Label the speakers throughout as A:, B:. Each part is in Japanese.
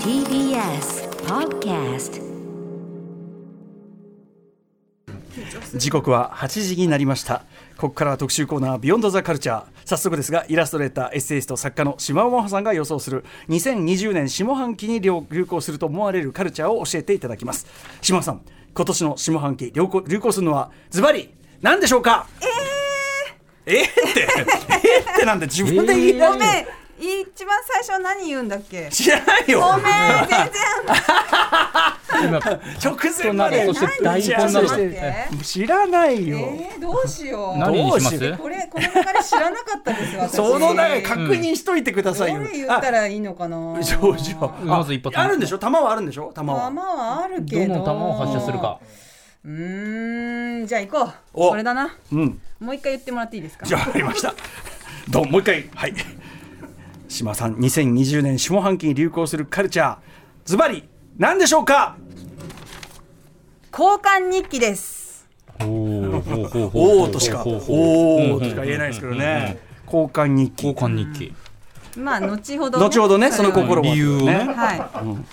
A: TBS Podcast
B: 時刻は8時になりましたここからは特集コーナー「ビヨンドザカルチャー早速ですがイラストレーターエッセイスト作家の島尾真帆さんが予想する2020年下半期に流流行すると思われるカルチャーを教えていただきます島尾さん今年の下半期流行流行するのはズバリ何でしょうかえー、えーってえーってなんで自分で言い出
C: ごめん一番最初何言うんだっけ
B: 知らないよ
C: ごめん全然
D: 今
B: 直前まで
D: そして大根な
C: 何
D: ど
C: 言うんだっけ
B: 知らないよ、
C: えー、どうしよう
D: 何にします
B: どうし
C: これこの流れ知らなかったです私
B: その中で
C: ど
B: 確認しといてくださいよ、
C: れ言ったらいいのかな
B: 少女
D: まず一発
B: ああるんでしょ弾はあるんでしょ弾は
C: 弾はあるけど
D: の球を発射するか
C: うーんじゃあ行こう
B: お
C: これだな
B: うん
C: もう一回言ってもらっていいですか
B: じゃあ分かりましたどうももう一回はい島さん2020年下半期に流行するカルチャーズバリ何でしょうか
C: 交換日記です
B: おおとしか
D: ほうほうほう
B: おおとしか言えないですけどね交換日記
D: 交換日記
C: まあ後ほど、
B: 後ほどねその
C: れは
B: 心も
D: 理由をね
C: は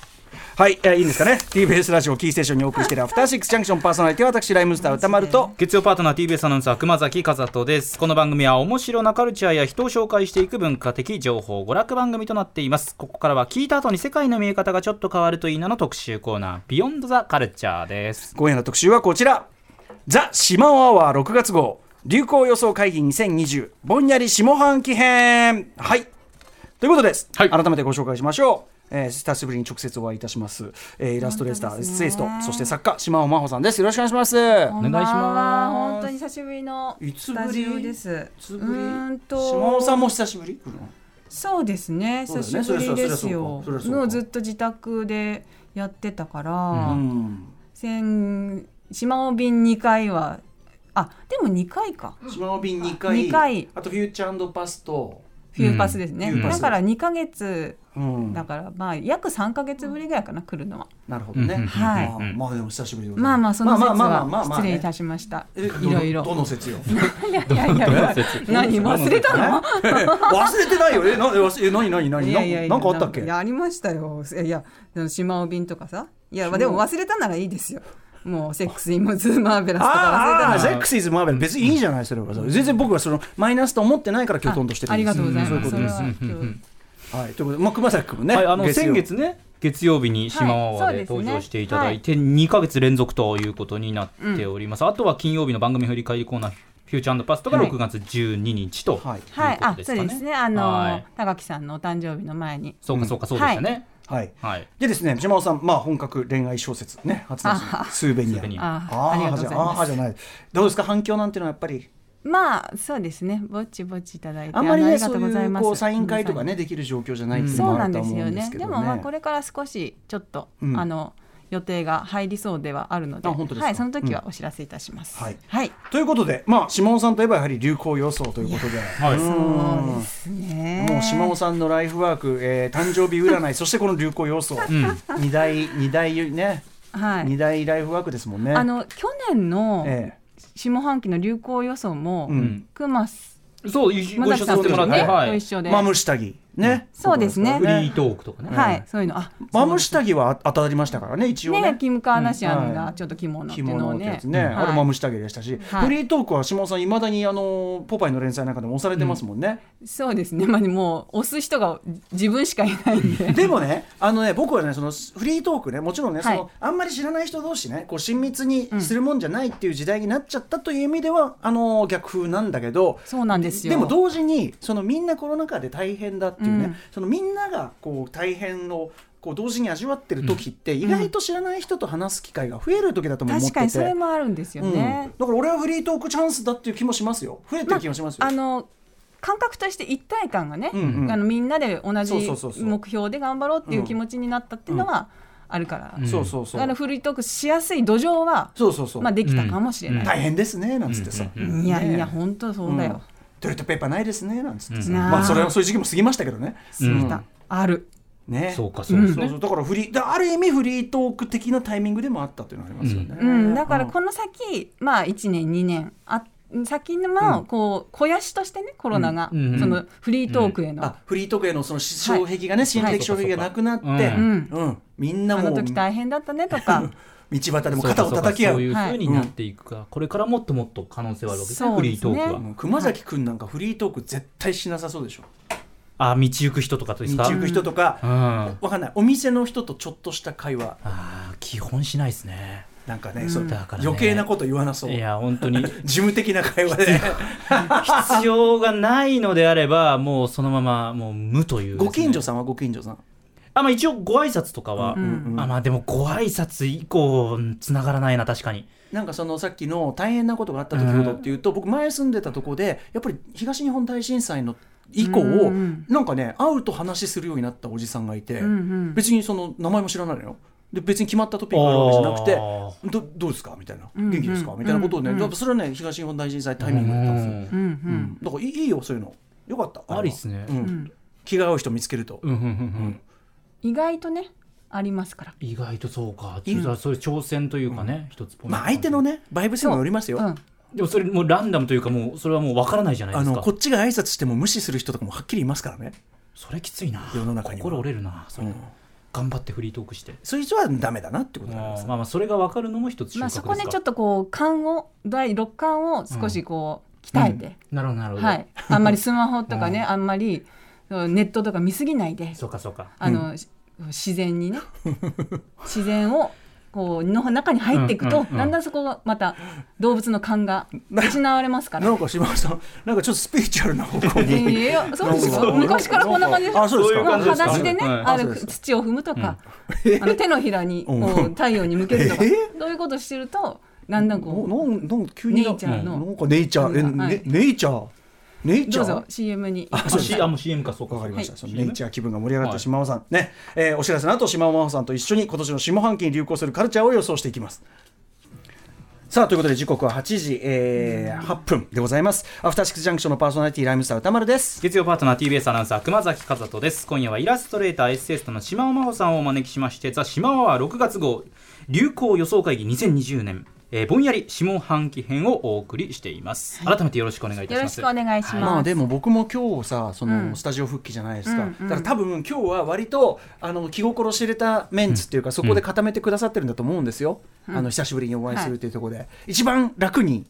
B: はいえーいいんですかね TBS ラジオキーステーションにお送りしているアフターシックスジャンクションパーソナリティは私ライムスター歌丸と
D: 月曜パートナー TBS アナウンサー熊崎和人ですこの番組は面白なカルチャーや人を紹介していく文化的情報娯楽番組となっていますここからは聞いた後に世界の見え方がちょっと変わるといいなの特集コーナービヨンドザカルチャーです
B: 今夜の特集はこちら「ザ・シマオアワー6月号流行予想会議2020ぼんやり下半期編」はいということです、
D: はい
B: 改めてご紹介しましょう、えー、久しぶりに直接お会いいたします、えーイラストレーター、エッセイストそして作家島尾真帆さんですよろしくお願いします
C: いお
D: 願いします
C: 本当に久しぶりの
B: いつ
C: ス
B: ぶり
C: タジオです
B: いつぶり
C: うーんと
B: 島尾さんも久しぶり、
C: そうですね
B: そう
C: 久
B: だよね
C: しぶりですよ
B: そりゃそうかそりゃそうか
C: もうずっと自宅でやってたから、
B: うん、
C: 先島尾便2回はあでも2回か
B: 島尾便2
C: 二回
B: あとフューチャーパスと、
C: フューパスですね、
B: うんフューパ
C: だ
B: ス
C: から2ヶ月
B: うん、
C: だからまあ約3ヶ月ぶりぐらいかな来るのは、
B: なるほどね、
D: うんうんうん
C: はい
B: まあまあでも久しぶりでござい
C: まあまあその説
B: まあまあまあまあ
C: は
B: まあ
C: 失
B: ね
C: 礼いたしました、
B: えどの
C: いろいろ
B: どの説よ
C: いやいやいや何忘れた の
B: 忘れてないよ。え、な、え忘れ、え何、何、何、
C: いやいや
B: な
C: いや
B: なんかあったっけ。
C: いやありましたよいやいやあの島尾便とかさいやまあでも忘れたならいいですよもうセックス・イムズ・マーベラスとか
B: あーあー、
C: 忘
B: セ
C: れたなら
B: ックスイズマーベル、別にいいじゃない、それは。全然僕はそのマイナスと思ってないから、きょとんとしてる
C: あ
B: ん
C: り
B: で
C: が
B: す
C: とうござい
B: そうい
C: ま
B: うこと
C: すそ
B: で
C: れ
B: す。
C: は今日
B: はい、ということで、まあ、熊崎君もね、
D: はい、あの
B: 月曜
D: 先月ね月曜日に島マワ
C: はい
D: で
C: そうですね
D: 登場していただいて2か月連続ということになっております、あとは金曜日の番組振り返りコーナー「フューチャーパスト」が
B: はい
D: 6月12日と、
B: はい、
C: はい、
D: と
C: あ
D: いうこ、と
C: そう
D: か
C: ですね。あの
D: はい、
C: 高木さんのお誕生日の前に。
D: そうかそうかそうでしたね、
B: はい。
D: はい
B: でですね、島尾さん、まあ、本格恋愛小説ね、初出しのスーベニ
D: スーベニ
B: ア。
D: ア
C: あ
B: あ
C: あ、ありがと
B: ー
C: うご
B: じ
C: ざ
B: ゃ
C: い
B: あ、あ
C: ま
B: ーじゃ
C: す。
B: ない。どうですか、反響なんてのは、やっぱり。
C: まあ、そうですね。ぼちぼちいただいて。
B: あんまり
C: の
B: ね、
C: が
B: そ
C: と
B: う
C: ござ
B: い
C: ま
B: う、
C: す
B: こう、サイン会とかね、できる状況じゃないっていうの
C: そう
B: も
C: な
B: あ
C: ん
B: ると
C: です
B: 思う
C: よ
B: んです
C: ね。
B: け
C: で
B: ど
C: も、まあ、
B: ね
C: こ。れから少し、ちょっと、
B: うん
C: あの、予定が入りそうではあるので。
B: あ本当ですか
C: はい、その時はお知らせいたします。
B: うんはい
C: はい。
B: ということで、まあ、島尾さんといえば、やはり流行予想ということで。
D: はい
C: そうですね。
B: もう島尾さんのライフワーク、えー誕生日占 い、そしてこの流行要素、二大二大ね、
C: はい
B: 二。大ライフワークですもんね。
C: あの、去年の
B: え
C: 下半期の流行予想も
B: う。ん
C: くます。
D: そうい
C: ま
D: ご
C: だ
D: 一緒
C: さ
D: させ
C: ん
D: て
C: と
D: もらって、
C: ね、
D: は
C: ご
D: い、フ
C: 一緒
B: え
C: で。
B: マムシタギね、
C: そうですね
D: リ
B: こと
D: ートークとかね、
C: はい、そういうの。あ、
B: マムシタギはあ当たりましたからね、一応
C: ね
B: ね、。
C: キム・カーナシアン
B: は
C: が
B: い
C: ちょっと着物って
B: 着
C: いうのを
B: 物って
C: ね
B: やつ。ね、
C: はい
B: あれマムシタギでしたし、
C: はい
B: フリートークは島尾さんいまだにあのポパイの連載なんかでも押されてますもんね。
C: そうですね、まあ、もう押す人が自分しかいないんで。
B: でもね、あのね、僕はね、そのフリートークね、もちろんね、
C: はい
B: そのあんまり知らない人同士ね、こう親密にするもんじゃないっていう時代になっちゃったという意味では、あの逆風なんだけど、
C: そうなんですよ。
B: でも同時にそのみんなコロナ禍で大変だっていうね、
C: うん
B: そのみんながこう大変をこう同時に味わってる時って意外と知らない人と話す機会が増える時だとも思って
C: 確
B: て、
C: かにそれもあるんですよ
B: うん
C: ね。
B: だから俺はフリートークチャンスだっていう気もしますよ増えてる気もしますよ、
C: あの感覚として一体感がね、
B: うんうん
C: あのみんなで同じ
B: そうそうそうそう
C: 目標で頑張ろうっていう気持ちになったっていうのはあるから、
D: ん
B: そうそうそう、
C: あのフリートークしやすい土壌は、
B: そうそうそう、
C: まあ、できたかもしれない。
B: 大変ですねなんつってさ、
D: うんう
C: いやい
B: ね
C: や、本当そうだよ。
B: トイレットペーパーないですねなんつってさ、
C: うん
B: まあそれはそういう時期も過ぎましたけどね
C: 過ぎたある。
B: ね
D: そうかそうです
B: そう
D: ね、
B: そうだからフリーだある意味フリートーク的なタイミングでもあったっていうのはありますよね、
C: うん、だか
B: う
C: ら
B: ん
C: この先、まあ1年2年あ先のこう肥やしとしてねコロナが、
D: うんうん
C: そのフリートークへの、
B: あフリートークへのその障壁がね、心理的障壁がなくなって、
D: はい
B: うん
C: うん
B: うんみんな
C: あ
B: も
C: の
B: う道
C: 時大変だったねとか
B: 端でも肩を叩き合う
D: そう
B: う
D: い
B: ん
D: うふうになっていくか、これからもっともっと可能性はあるわけですね
C: そ
D: フ
C: う
D: リ
C: で
D: ー
C: す
D: ト
C: ね
D: ークは、
B: 熊崎君なんかフリートーク絶対しなさそうでしょ
D: あ道行く人とかと
B: 道
D: ですか
B: 行く人とか、
D: うんあ
B: わかんないお店の人とちょっとした会話
D: ー基本しないですね
B: なんかね,、そう
D: だからね
B: 余計なこと言わなそう
D: い
B: 事
D: や本当に
B: 務的な会話で
D: 必要がないのであればもうそのままもう無というですね、
B: ご近所さんはご近所さん
D: あまあ一応ご挨拶とかは、
B: うん
D: あまあでもご挨拶以降つながらないな確かに
B: なんかそのさっきの大変なことがあった時ほどっていうと、僕前住んでたとこでやっぱり東日本大震災の以降、
C: うんうん
B: なんかね会うと話するようになったおじさんがいて、
C: うんうん
B: 別にその名前も知らないのよで別に決まったトピックがあるわけじゃなくて
D: あ
B: どどうですかみたいな、
C: うんうん
B: 元気ですかみたいなことをね、
C: うんうん
B: やっぱそれはね東日本大震災タイミングだったんですよ、
C: うんうん
B: うんだからいいいいよそういうのよかった
D: ありっすね
B: うん
C: ん
B: 気が合う人見つけると、
D: うんうんうんうん
C: 意外とねありますから。
D: 意外とそうか
B: いる
D: そういう挑戦というかね、一つポイント
B: まあ、相手のねバイブ性もよりますよ、
C: うん、
D: でもそれもうランダムというかもうそれはもうわからないじゃないで
B: あ
D: す
B: の
D: か
B: こっちが挨拶しても無視する人とかもはっきりいますからね、
D: それきついな
B: 世の中には
D: 心折れるなそれ、
B: うん
D: 頑張ってフリートークして
B: そういう人はダメだなってことになり
D: ま
B: ま
D: あ
B: す
D: まあそれがわかるのも一つ収穫
C: まあ
D: です
C: そ
D: か、
C: こねちょっとこう感を第六感を少しこう鍛えて、
D: なるほどなるほど、
C: はい、あんまりスマホとかね、
D: うん
C: あんまりうんネットとか見すぎないで
D: そうかそうか
C: あの、し自然にね自然をこうの中に入っていくと、
D: うんうんうん
C: だんだんそこがまた動物の勘が失われますから。
B: なんか島田さん、なんかちょっとスピリチュアルな方向
C: え
B: に。
C: えそうです
B: なんか
C: よ昔からこんな感じです
B: あ、そうです
D: そういう
B: か。
D: 感じですか
C: 裸足でね、
D: はい
C: あ
B: あそう
C: る
B: ですか
C: 土を踏むとか、あの手のひらにこ
B: う
C: うん太陽に向けるとか、
B: え
C: そういうことしてるとだんだんこう
B: おなん、なん、急にな。
C: ネイチャーの
B: なんかネイチャー、え、
C: うんはい
B: ねネイチャー。ネイチ
C: ど
B: ャ
C: うぞ
B: ー。
C: CM に
B: あ、そう
D: あ
B: です
D: し
B: か
D: あもう CM かそうか
B: わかりました。
D: はい
B: そのネイチ
D: CM
B: ャー気分が盛り上がっ
D: は
B: た
D: い
B: 島尾さん、ね、えーお知らせの後、島尾真帆さんと一緒に今年の下半期に流行するカルチャーを予想していきます。さあということで時刻は8時、えー、8分でございます。アフターシックスジャンクションのパーソナリティライムスター歌丸です。
D: 月曜パートナー TBS アナウンサー熊崎和人です今夜はイラストレーターエッセイストの島尾真帆さんをお招きしまして「ザ・島尾は6月号流行予想会議2020年、えーぼんやり下半期編」をお送りしています改めてよろしくお願いいた
C: よ
D: し
C: ろ
D: ま
C: し
D: す
C: くお願いし
B: ま
C: ま
B: あ
C: す。
B: でも僕も今日さその
C: うん
B: スタジオ復帰じゃないですか、
C: うんうん
B: だから多分今日は割とあの気心知れたメンツっていうか、そこで固めてくださってるんだと思うんですよ、あの久しぶりにお会いするっていうところで、一番楽 に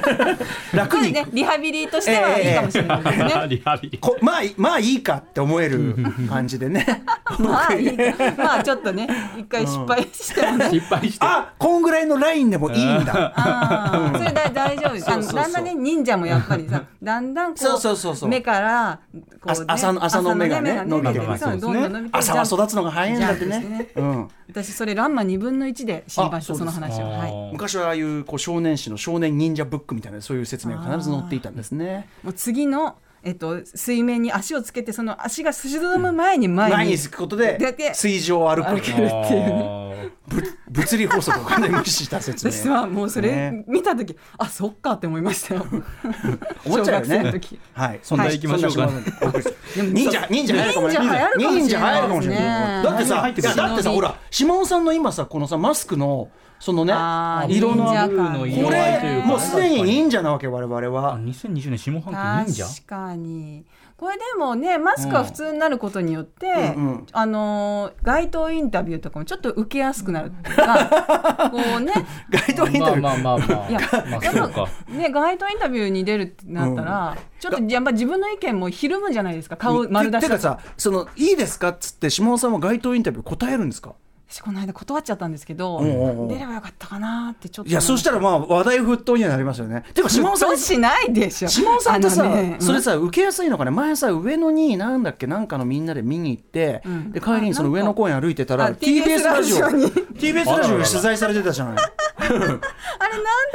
B: 楽
C: そうです
B: に、
C: ね、リハビリとしてはいいかもしれないですね。
D: リハビリ
B: こまあいまあいいかって思える感じでね
C: まあいいかまあちょっとね、一回失敗してもね。
D: 失敗して
B: あこんぐらいのラインでもいいんだ
C: あーそれだ大丈夫です。あの
B: そうそうそう
C: だんだんね忍者もやっぱりさ、だんだんこ
B: そうそうそうそう
C: 目からこう、ね、
B: あ朝の朝の目がね伸びてくる
C: る。そうどんどん伸びて
B: 朝は育つのが早いんだって
C: ジャンプ
B: ね
C: して
B: うん、
C: 私それランマ二分の一で知りまし
B: あそ
C: たそう
B: で
C: の
B: す
C: 話を。はい。
B: 昔はああいうこう少年誌の少年忍者ブックみたいなそういう説明が必ず載っていたんですね。
C: もう次のえっと水面に足をつけてその足が進む前に前に。
B: 前に行くことで
C: だけ
B: 水上を歩く
C: 歩けるっていうね。
B: ぶ物理法則を完全に無視した説
C: 私
B: 明
C: はもうそ
B: ね
C: れ見た時、あそっかって思い ましたよ。
B: 思っちゃうよ
C: 小学生の
B: ね
C: 時。
B: はいそん
D: は
B: ないそんな
D: 行きましょうか
B: 島田さんお送りして
C: でも
B: 忍者忍者流行るかもね
C: 忍者流行るかもしれない
B: 忍者流行るかもしれないだっ
C: ね
B: て
D: 何が
B: さ
D: 入ってくる
B: いやだってさほら島尾さんの今さこのさマスクのそのね
C: あー
B: 色の
C: 忍者
B: こ
C: 感
D: の色合いという
B: れ
D: か
B: もうすでに忍者なわけ我々
D: あ
B: は
D: 2020年下半期忍者
C: 確かにこれでもねマスクは普通になることによって、
B: うんうん
C: あのー街頭インタビューとかもちょっと受けやすくなるってい うかこうね
B: 街頭インタビュー
D: まあまあまあまあ
C: いや
D: まあ
C: で
D: そ
C: も
D: うか
C: ね街頭インタビューに出るってなったら、ちょっとやっぱ自分の意見もひるむじゃないですか顔丸出
B: て
C: しだ
B: か
C: と
B: さそのいいですかっつって島尾さんも街頭インタビュー答えるんですか
C: 私この間断っちゃったんですけど、
B: んうんうん
C: 出ればよかったかなってちょっと
B: いやそした
C: ら
B: らまあ話題沸騰にはなりますよねてか島尾さん
C: しないでしょ
B: 島尾さんってさ、
C: あのね
B: それさ受けやすいのかね前さ上野になんだっけなんかのみんなで見に行って、
C: ん
B: で帰りにその上野公園歩いてたら
C: あ
B: TBS ラジオ
C: ラジオに
B: TBS ラジオに取材されてたじゃない
C: あれなんだ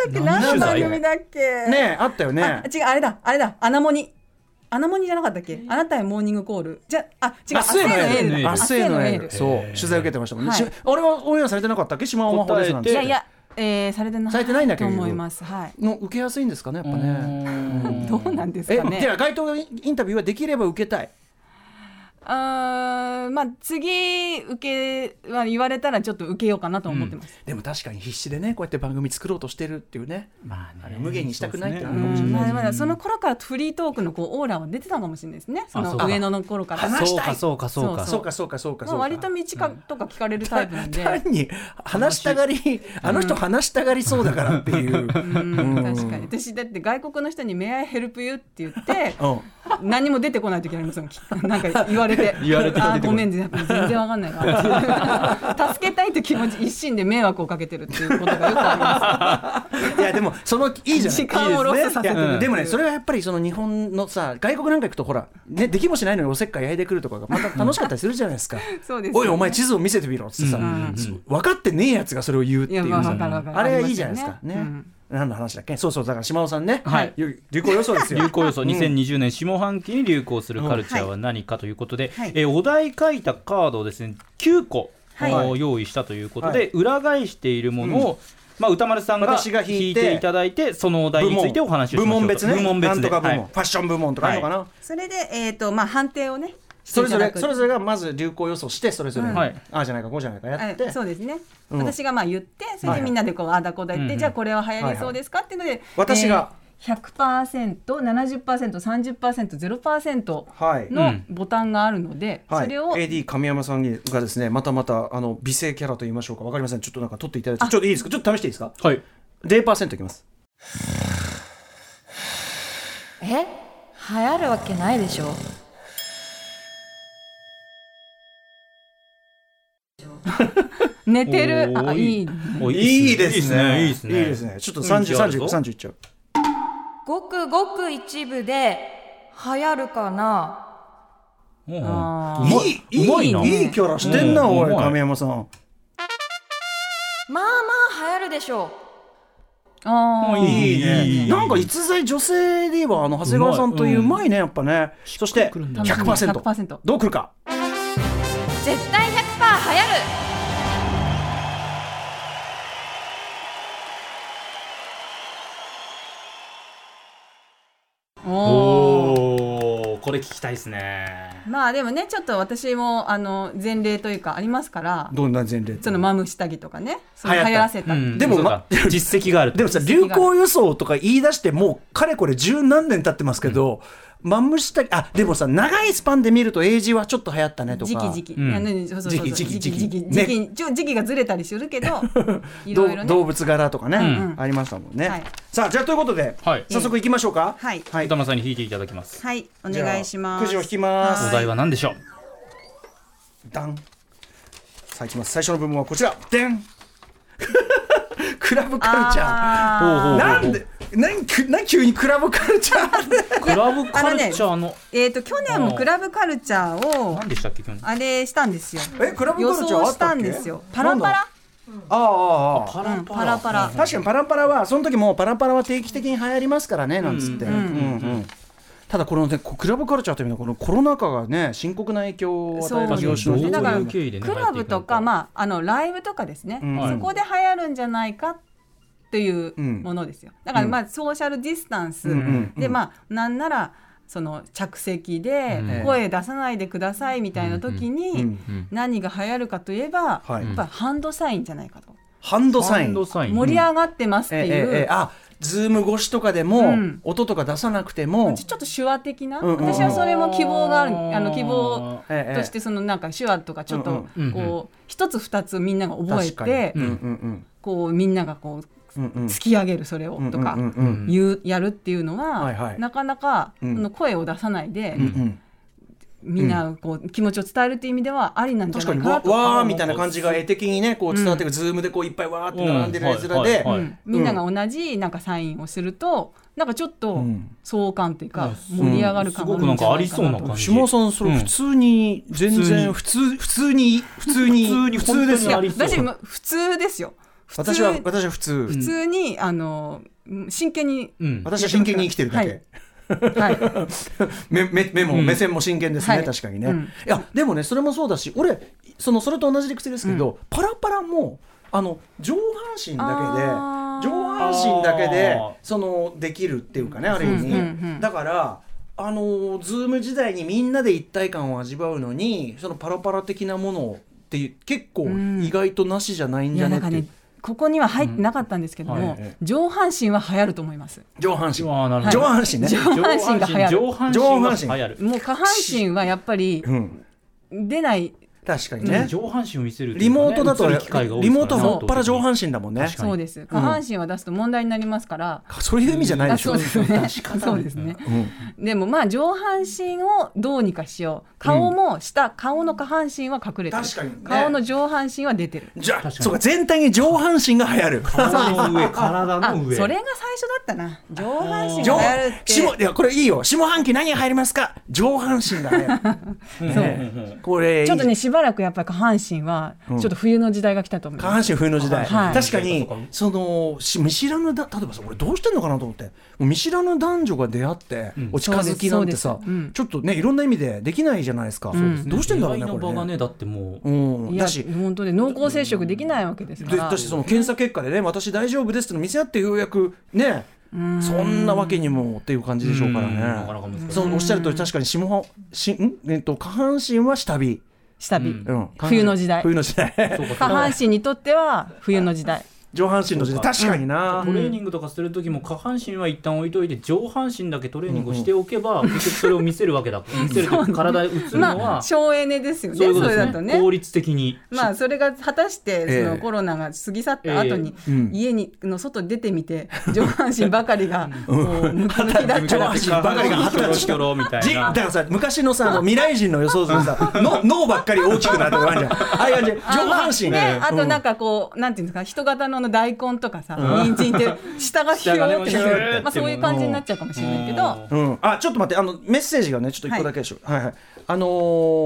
C: っけ何の番組だっけ
B: ねえあったよね
C: あ違うあれだあれだアナモニアナモニじゃなかったっけあなたへモーニングコールじゃあ違う
B: 明日へのエ
D: 明日へのエ
B: ール
D: ール
C: 明
B: 明
C: 日
B: 日
C: へ
B: へ
C: の
B: の
C: エ
B: エ
C: ー
B: ー
C: ル
B: ルそう取材受けてましたもんね、
C: はい
B: しあれはオンエアされてなかったっけ島尾真帆ですなんて
D: 答
C: いやいや、えー、されてない
B: されてないんだけど
C: と思いますはい
B: の受けやすいんですかねやっぱね
D: うーん
C: どうなんです
B: え
C: か
B: じゃ
C: ね
B: あ街頭インタビューはできれば受けたい
C: あーまあ次受け、まあ、言われたらちょっと受けようかなと思ってます、
B: でも確かに必死でねこうやって番組作ろうとしてるっていうね
D: まあね
B: あれ無限にしたくないって
D: そう
B: な
D: で
B: る
D: す
B: か
D: ね
B: もしれ
C: ま
B: ない
C: だまだその頃からフリートークのこうオーラは出てたかもしれないですねそ
D: あそ
C: の
D: うか
C: 上野の頃から
B: 話
D: そう
B: した
D: か
B: い
D: そうかそうか
B: そうかそうかそうか
C: ま
B: そ
C: あ、
B: うか
C: 割と道かとか聞かれるタイプなんで、
B: 単に話したがりあの人話したがりそうだからって いう、
C: うん確かに私だって外国の人に「May I help you?」って言 って
B: うん
C: 何も出てこない時ありますもんきなん か言われて
D: 言われて
C: あ
D: 出
C: ーご
D: てこな
C: め
D: い
C: ん全然わかんな いわ助けたいって気持ち一心で迷惑をかけてるっていうことがよくあり
B: い
C: ま
B: やでもそのいい じゃん
C: 時間をロスさせてる
B: いいですねいや
D: うん
B: でもねそれはやっぱりその日本のさ外国なんか行くとほらねできもしないのにおせっかい焼いてくるとかがまた楽しかったりするじゃないですか
C: すそうですよ
B: お
C: ね
B: いお前地図を見せてみろっつってさ、
D: うん
B: そう分かってねえやつがそれを言うっていう
C: いやまあわかるわかる
B: あれはいいじゃないですかね
C: ありますよね
B: 何の話だっけそうそうだから島尾さんね、
D: はい
B: 流行予想ですよ
D: 流行予想2020年下半期に流行するカルチャーは何かということで、
C: はい
D: えーお題書いたカードをですね9個、
B: はい
D: お用意したということで、
B: はい
D: 裏返しているものを、まあ、歌丸さんが
B: 私が引
D: 引
B: い
D: い
B: て
D: ていただいてそのお題についてお話を
B: 部
D: しま
B: 門
D: しょうと
B: 別ね
D: 部門別
B: な
D: で
B: んとか部門、
D: はい
B: ファッション部門とかあるのかな、
C: それで、えーとまあ、判定をね
B: それぞれ
C: してい
B: そ
C: ただ
B: れ
C: く
B: ぞれがまず流行予想してそれぞれ、
C: うん
D: はい
B: ああじゃないかこうじゃないかやって
C: あそうですね、
B: うん
C: 私がまあ言ってそれ
B: はい
C: でみんなでこうあだこだ言って、
D: うん
C: じゃあこれは流行りそうですか、っていうので
B: 私が、
C: えー、100%70%30%0%
B: はい
C: のボタンがあるので、
B: はい、
C: それを
B: AD 神山さんがですねまたまたあの美声キャラと言いましょうかわかりませんちょっとなんか取っていただいてちょっといいですかちょっと試していいですか
D: はい
B: 0%いきます
A: え流行るわけないでしょ
C: 寝てる
D: おー
C: あいい
D: おいいですね
B: いいですねちょっと303030、30 30いっちゃう
A: ごくごく一部で流行るかな
D: うん
C: あ
D: うまい
B: いう
D: まいない
B: いキャラしてんな、
D: うん
B: お
D: う
B: い
D: まい
B: 神山さん
A: まあまあ流行るでしょ
C: あー
D: いいねいい
B: なんか逸材女性ではあの長谷川さんという
D: う
B: う
D: ま
B: まいねやっぱね、そして
D: くるんだ
B: 100%,
C: 100%
B: どうくるか
A: う絶対100%流行る
C: おー
D: おーこれ聞きたいですね
C: まあでもねちょっと私もあの前例というかありますから
B: どんな前例って
C: そのマム下着とかねその
B: 流行った
C: 流行らせた、
D: うん
B: でも
D: そうか実績がある
B: でもさ流行予想とか言い出してもうかれこれ十何年経ってますけど、マムシタキあでもさ長いスパンで見ると英字はちょっと流行ったねとか
C: 時期時期、
D: うん
C: いや何そうそうそう
B: 時期時期
C: 時
B: 時
C: 期時
B: 期
C: 期
B: ね
C: 時期ちょ時期がずれたりするけどい
B: どう
C: ろいろ
B: 動
C: ね
B: 物柄とかね、
D: ん
B: ありましたもんね、
C: はい
B: さあじゃあということで、
D: はい
B: 早速いきましょうか
C: はい
B: はい
D: 歌丸さんに引いていただきます
C: はいお
B: じゃあ
C: 願いします
B: くじを引きます
D: お題は何でしょう
B: ダンさあいきます最初の部門はこちらでん クラブカルチャー
C: あ
D: ほうほうほう
B: なんでなんきゅなん急にクラブカルチャ ー
D: クラブカルチャーの
C: ーえっ、と去年もクラブカルチャーを
D: 何でしたっけ去年
C: あれしたんですよ
B: えクラブ
C: 予
B: カルチャー
C: 想
B: あっ
C: した
B: たっ
C: ん
B: け
C: ですよパラパ
B: なん
C: ラ
B: だああああああ
D: パ
C: うんパラパラ
B: 確かにパラパラはその時もパラパラは定期的に流行りますからねなんつって、
D: うん
B: うんうんただこのねこクラブカルチャーというのはこのコロナ禍がね深刻な影響を与えた
C: そう
B: 業種の一つ
C: だから
D: どういう経緯でね
C: クラブとか、まあ、あのライブとかですね、
B: うん
C: そこで流行るんじゃないかっていう
B: うん
C: ものですよ。だからまあソーシャルディスタンス、
B: うんうんうん
C: でまあなんならその着席で
D: うん
C: 声出さないでくださいみたいな時
B: うん
C: に
D: うん
C: 何が流行るかといえば、
B: はい
C: やっぱハンドサインじゃないかと、
B: ハンドサイ
D: ハ
B: ン
D: ンドサイン
C: 盛り上がってますっ
B: ええ
C: て
B: え
C: いう、
B: えええあズーム越しとかでも、
C: うん
B: 音とか出さなくても、
C: ちょっと手話的な、
B: うんうんうん
C: 私はそれも希望があるあの希望
B: ええ
C: としてそのなんか手話とかちょっと
D: うんうん
C: こう一つ二つみんなが覚え
B: 確かに
C: て
B: うんうん
C: こうみんながこう
B: うんうん
C: 突き上げるそれを
B: うん
C: とか
B: うんうんうん
C: 言うやるっていうのは、
B: はいはい
C: なかなか、
B: うん
C: あの声を出さないで、
B: うんうん
C: みんなこう気持ちを伝えるっていう意味ではありなんじゃ
B: 確かに
C: ないかな
B: わ
C: と
B: わーみたいな感じが絵的にねこう伝わってくる、ズームでこういっぱいわーって並んでる絵面で、
D: うんはいはいはい
C: うんみんなが同じなんかサインをするとなんかちょっ
B: う
C: と
B: ん
C: 相関というか盛り上がる感
D: すごくなんかありそうな感じ
B: 下さんそれ普通に全然普通普通に普通に
D: 普通に
B: で
D: 本当
B: す
D: にあ
B: よ
D: りそう
C: 私も普通ですよ普通
B: 私は私は普通、
C: 普通にあの真剣に、
D: うん
B: 私は真剣に生きてるだけ、
C: はいはい、
B: 目目目も、
D: うん
B: 目線も真剣ですね、
C: はい
B: 確かにね、
C: うん
B: いやでもねそれもそうだし俺そのそれと同じ理屈ですけど、パラパラもあの上半身だ
C: あ
B: けで
C: ー
B: 上半身だけで
D: あー
B: そのできるっていうかねある意味、
C: うんうんうん
B: だからあのーズーム時代にみんなで一体感を味わうのにそのパラパラ的なものをって結構
C: ん
B: 意外となしじゃないん
C: い
B: じゃ
C: や
B: ね
C: な
B: って
C: んか
B: いう、
C: ねここには入ってなかったんですけど
D: うんは
C: も
D: いはい
C: 上半身は流行ると思います
B: 上半身
D: うわーなるほ
B: 上
D: ど
B: 半身ね
C: 上半身が流行る
D: 上半身
B: 上半身
D: が流行る
C: もう下半身はやっぱり
B: うん
C: 出ない
B: 確かにね、
D: 上半身を見せるってい
B: リ
D: うかね
B: モートだと
D: 映
B: リ
D: る機会が多い
B: モートはもっ
D: っ
B: ぱら上半身だもんね
D: 確かに
C: そうです下半身は出すと問題になりますから
B: そういう意味じゃないで
C: あ
B: しょ
C: そうですね そうですね
B: うん
C: でもまあ上半身をどうにかしよう顔も下顔の下半身は隠れてる
B: 確かにね
C: 顔の上半身は出てる
B: じゃあ
D: 確かに
B: そうか全体に上半身が流行る
D: 体の上体
C: あ
D: の上
C: それが最初だったな上半身
B: 上
C: が流行るって
B: 下いやこれいいよ下半期何入りますか上半身がねねこれいい
C: ちょっとねしばらくやっぱり下半身はちょっと冬の時代が来たと思い
B: 下
C: ま
B: 半
C: す
B: 身冬の時代、
C: はい
B: 確かにそのし見知らぬだ例えばさ俺どうしてんのかなと思ってもう見知らぬ男女が出会って、お近づきなんてさ
C: そう、ですそうですうん
B: ちょっとねいろんな意味でできないじゃないですか、
C: ん
B: どうしてんだろうね
D: 出会いの
B: こ
D: 場
B: れ
D: が
B: ね
D: ねだってもう
B: うん、
C: いや
B: だし
C: 本当で濃厚接触できないわけですか
B: で
C: ら
B: だしその検査結果でね私大丈夫ですっての見せ合ってようやくねそんなわけにもっていう感じでしょうからね。
D: んなかなか難しい
B: そうおっしゃるとり確かに下半しん、えっと、下半身は下火、
C: 下火、
D: うん
B: うん
C: 冬の時代
B: 冬の時代
D: そうか
C: 下半身にとっては冬の時代
B: 上半身の時代確かにな、
D: トレーニングとかする時も下半身は一旦置いといて上半身だけトレーニングをしておけば、結局それを見せるわけだ見せるというか体映るの
C: まあ
D: は、
C: 省エネですよね
D: そういうこと
C: れ
D: で
C: だ
D: す
C: と
D: ね
C: ね
D: 効率的に、
C: まあそれが果たしてそ
B: ええ
C: のコロナが過ぎ去った後に
B: えうん
C: 家にの外に出てみて 上半身ばかりがこうムキムキだっ
B: 上半
C: たら
B: 身ばかりが働いて
D: ひょろひょろみたいな
B: じだからさ昔のさあの未来人の予想図でさの脳ばっかり大きくなってる感じゃんああいう感じ上半身
C: ね、あ
B: う
C: となんかこう、なんていうんですか、人型のあの大根とかさ、人参って下がひょーって
D: 下がね
C: なるまあそういう感じになっちゃうかもしれないけど、
B: うん、あちょっと待ってあのメッセージがねちょっと一個だけでしょ、はいはいあの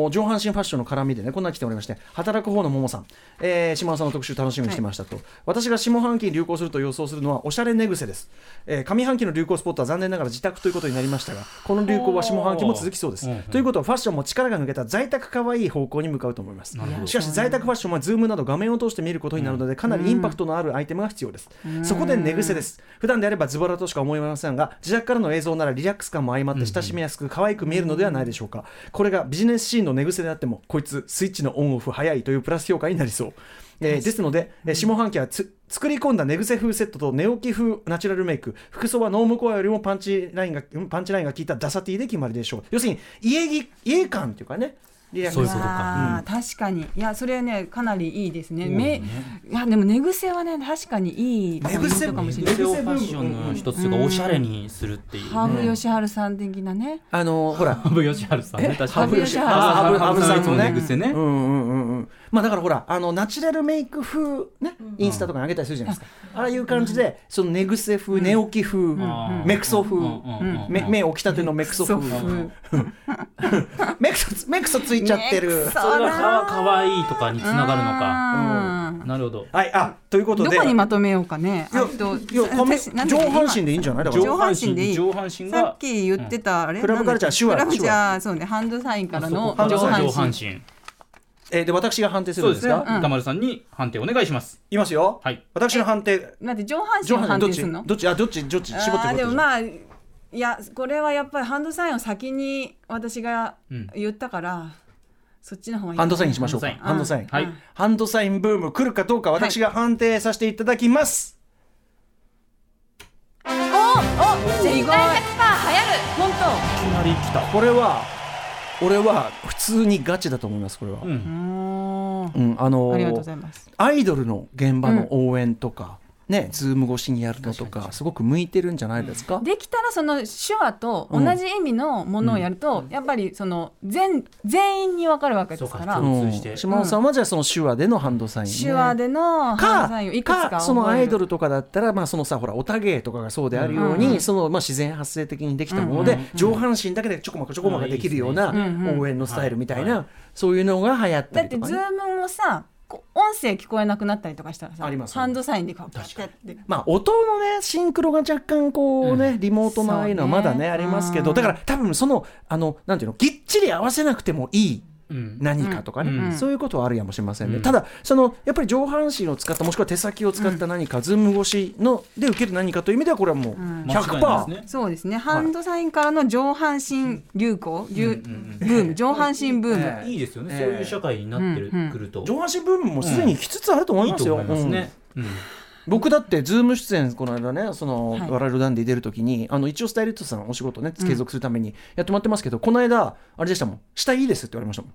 B: ー上半身ファッションの絡みでねこんなの来ておりまして働く方のももさん、えー、島田さんの特集楽しみにしてましたと、私が下半期に流行すると予想するのはおしゃれ寝癖です、えー上半期の流行スポットは残念ながら自宅ということになりましたがこの流行は下半期も続きそうです、
D: おー
B: ということはファッションも力が抜けた在宅かわいい方向に向かうと思いますしかし在宅ファッションはズームなど画面を通して見ることになるのでかなりインパクトのあるアイテムが必要です、そこで寝癖です普段であればズボラとしか思いませんが自宅からの映像ならリラックス感も相まって親しみやすく可愛く見えるのではないでしょうかこれがビジネスシーンの寝癖であってもこいつスイッチのオンオフ早いというプラス評価になりそうえーですので、えー下半期はつ作り込んだ寝癖風セットと寝起き風ナチュラルメイク服装はノームコアよりもパンチラインがんパンチラインが効いたダサティで決まりでしょう要するに家着家感というかねリラックス
D: そういうことか。
C: あー確かに、いや、それはね、かなりいいですね。めいや、でも寝癖はね、確かにいいポイントかもしれ
D: 女
C: ない。
D: 性をファッションの一つがおしゃれにするっていう。
C: ハーブヨシハルさん的なね、
B: あのーほら
D: ハブヨシハルさんね、確かに。
C: ハブヨシハル
B: ハブ
D: ハブ
B: ハブ
D: さんいつ
B: さん
D: も
B: のね
D: 寝癖ね
B: う。んうんうんうんまあだからほらあのナチュラルメイク風ねインスタとかに上げたりするじゃないですか、ああいう感じでその寝癖風寝起き風、
D: ん
B: メクソ風、
D: うんうん
B: め目起きたてのメクソ風
C: うん
B: メクソメクソついちゃってる
C: メクソ
D: それがかわかわいいとかにつながるのか。
C: あー
D: なるほど。
B: はいあということ
C: ど
B: で
C: こにまとめようかね。
B: いや
C: あと
B: いやかめ
C: 私なんだ
B: 上
C: っけ
B: 半身でいいんじゃないだから
C: 上半身でいい。
D: 上半身が
C: さっき言ってた、あれ
B: クラブカルチャー手話
C: なんだっけクラブカルチャー、そうね、ハンドサインからの上
D: 上
C: 半
D: 半
C: 身。
D: 身。上半身
B: えーで私が判定す
D: そ
B: る
D: う
B: です
D: んで
B: す
D: ね
B: か。
D: 歌丸さんに判定お願いします。
B: いきますよ、
D: はい
B: 私の判定
C: 待って、上半身
B: 上
C: を
B: 半
C: 判
B: 身どっ
C: 定す
B: ち
C: るの
B: どっちあどっちどっち絞って
C: あー
B: 絞って
C: でもまあ、いや、これはやっぱりハンドサインを先に私が言ったから、そっちの方がいいかな。
B: ハンドサインしましょうかハ
D: ハ
B: ン
D: ン
B: ド
C: ド
B: サ
C: サ
B: イ
C: イ
B: ン
C: ン
D: はいうん
B: ハンドサインブーム来るかどうか私が判定させていただきます、
C: 意外
D: いきなり来た。
B: これは俺は普通にガチだと思いますこれは、うん
D: ん
C: おー
B: あのー
C: ありがとうございます。
B: アイドルの現場の応援とか、ねズーム越しにやるのとかすごく向いてるんじゃないですか、
C: できたらその手話と同じ意味のものをやると、やっぱりその全全員に分かるわけですから
D: そうか
B: うん
D: 通じて
B: 島尾さんはじゃあその手話でのハンドサイン、ね、
C: 手話でのハンドサインをいくつか
B: か
C: 覚える
B: そのアイドルとかだったら、まあ、そのさほらおたげとかがそうであるように、そのまあ、自然発生的にできたもので、上半身だけでちょこまかちょこまかできるような応援のスタイルみたいな、そういうのが流行った
C: だ
B: り
C: っ
B: と
C: て
B: か、
C: ズ
B: ね。
C: ームもさこう音声聞こえなくなったりとかしたらさ
B: あります
C: ハンドサインでこう
D: 確かに
C: パッて
B: まあ、音のねシンクロが若干こうね、リモートのああいうのはまだね
C: そうね
B: ありますけどだから多分そのあのなんていうのぎっちり合わせなくてもいい
D: うん
B: 何かとかね、
D: うんうん
B: そういうことはあるやもしれませんね、
D: うん
B: ただそのやっぱり上半身を使ったもしくは手先を使った何か、ズーム越しので受ける何かという意味ではこれはもう
C: うん
D: 間違いない
B: 100%、
D: ですね
C: そうですね。ハンドサインからの上半身流行、流ブーム、上半身ブーム。
D: いいですよね、
B: ええ
D: そういう社会になってる、
C: うんうん
D: くると
B: 上半身ブームもすでに来つつあると思い
D: いい
B: ま
D: と
B: すよ。
D: 思いますね、うん
B: 僕だってズーム出演この間ねその、
C: はい
B: 我々のダンディ出るときにあの一応スタイリストさんお仕事ね継続するためにやってもらってますけど、この間あれでしたもん下いいですって言われましたもん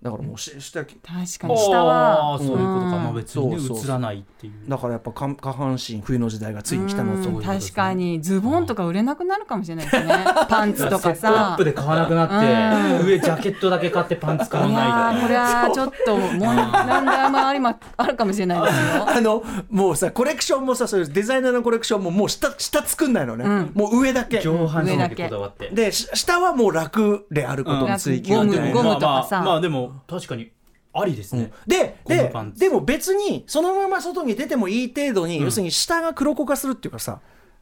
B: だからもうし下
C: 確か
D: あ
C: に下は。
D: ーそういうことか、
C: うん
D: まあ、別に、ね、
B: そうそう
D: 映らないっていう
B: だからやっぱ下下半身冬の時代がついに来たなと
C: うん
B: 思います
C: 確かにズボンとか売れなくなるかもしれないですねパンツとか
D: セットアッ
C: さ
D: プで買わなくなって、上ジャケットだけ買ってパンツ買わ
C: いや
D: ない
C: ー
D: みた
C: こ
D: い
C: れ
D: な
C: はちょっと問題もありまあるかもしれないですよ
B: あのもうさコレクションもさそういうデザイナーのコレクションももう下下作んないのね、
C: うん
B: もう上だけ
D: 上半身
C: 上
D: だ
C: だ
D: け
C: け
D: こだわって
B: でし下はもう楽であることの追求
C: ゴム
B: みたいな
C: ゴムとかさ
D: まあまあまあでも確かにありですね、
B: で
D: ゴム
B: で
D: パンツ
B: でも別にそのまま外に出てもいい程度に、
D: うん
B: 要するに下が黒子化するっていうかさ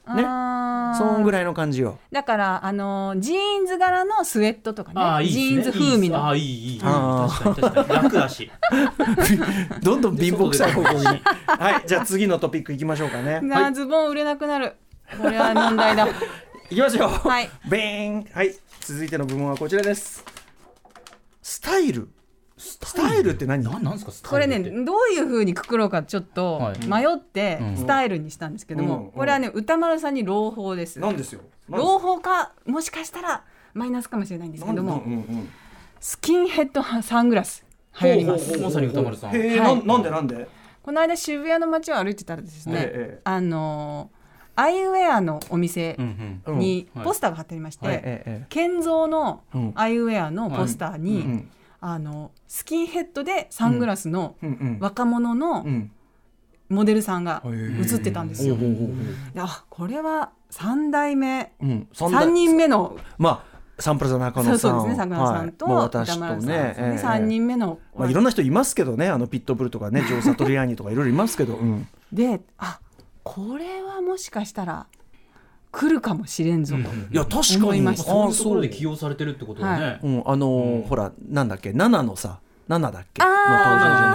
B: ね
C: あー
B: そんぐらいの感じよ。
C: だからあのージーンズ柄のスウェットとかね
D: ああいいです
C: ジ
D: ね
C: ーンズ風味
D: あ
C: の
D: あいいいい
B: あ
D: 確かに確かに楽だし
B: どんどん貧乏くさい方向に。 はい、じゃあ次のトピックいきましょうかね。
C: なあズボン売れなくなるこれは問題 だ
B: いきますよ。
C: はい
B: ベーン。はい、続いての部門はこちらです。スタイル。
D: ス
B: タイルって何
D: なんなんですかス
C: こ
D: タ
C: れ
D: イル
C: ね
D: って
C: どういう風にくくろうかちょっと迷って
D: うん
C: スタイルにしたんですけども、
B: うん
C: これはね歌丸さんに朗報です
B: なんですよ。なんです
C: 朗報かもしかしたらマイナスかもしれないんですけど
B: なん
C: も
B: でうんうんうん
C: スキンヘッドサングラス流行ります
B: ほうほうほうほう
D: まさに歌丸さん
B: へえ、
C: はい
B: なんなんでなんで。
C: この間渋谷の街を歩いてたらですね、
B: ええ
C: あのーアイウェアのお店
D: うん
B: うん
C: に
D: うんはい
C: ポスターが貼ってありまして、
D: はい
B: えええ
C: 建造の
B: うん
C: アイウェアのポスター
B: え
C: に、
B: うん
C: あのスキンヘッドでサングラスの
B: うんうん
C: 若者の
B: うん
C: モデルさんが
B: へえ
C: 写ってたんですよ。
B: ほうほうほうほ
C: であこれは3代目
B: ううんそんな
C: 3人目の
B: まあサンプラザ中野
C: そ
B: さ
C: うんそうですね桜野さんと
B: はいまあ、
C: 歌丸
B: 私
C: さ
B: と
C: んです
B: ね
C: ね、
B: ええ
C: 3人目の、
B: まあ、いろんな人いますけどねあのピットブルと かねジョー・サトリアーニとかいろいろいますけど、うん、
C: であこれはもしかしたら来るかもしれんぞと、
B: いや確か
C: 思い
B: に
C: ま
B: あ
C: し
D: まあそういうとこ
B: そ
D: ろ
B: う
D: で起用されてるってことだね、
B: うん、あのーほらなんだっけ7のさ7だっけ
C: ああ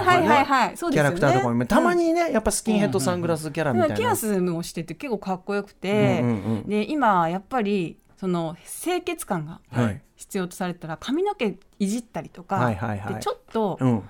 B: の登場人物とか
C: は
B: ね
C: いはいはいそう
B: キ
C: で
B: ャ
C: すよ
B: ラ
C: ね
B: クターとかも、たまにねやっぱスキンヘッドサングラスキャラみたい
C: で
B: な、
C: もキアスもしてて結構かっこよく
B: うん
C: て、
B: うんうん
C: で今やっぱりその清潔感が
B: はい
C: 必要とされたら髪の毛いじったりとか、
B: はいはいはい
C: でちょっと、
B: うん、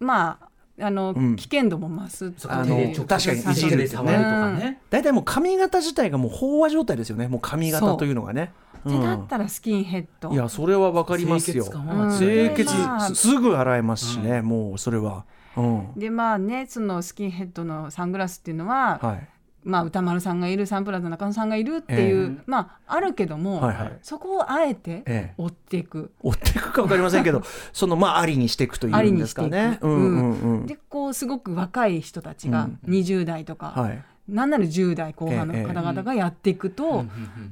C: まああの、
B: うん
C: 危険度も増す
D: そ
B: か
D: こ
B: あ
D: 手
B: の
D: で直
B: 確かに
D: 接手で触るとかね、
B: 大体もう髪型自体がもう飽和状態ですよねもう髪型というのがね
C: ってなったらスキンヘッド、
B: いやそれはわかりますよ
D: 清潔感は間違いない
B: 清潔
C: うんまあ
B: すすぐ洗えますしね、もうそれは、うん、
C: でまあねそのスキンヘッドのサングラスっていうのは、
B: はい
C: まあ、歌丸さんがいるサンプラザ中野さんがいるっていう、
D: え
C: まああるけども、
B: はいはい
C: そこをあえ
B: え
C: て
B: え
C: 追っていく。
B: 追っていくかわかりませんけ どそのまあありにしていくというんですか
C: ありに
B: ね
C: していく
B: うんうんうん
C: でこうすごく若い人たち
B: う
C: が
B: ん
C: 20代とか、
B: はい
C: なんなら10代後半の
B: ええ
C: 方々がやっていくと、
D: うん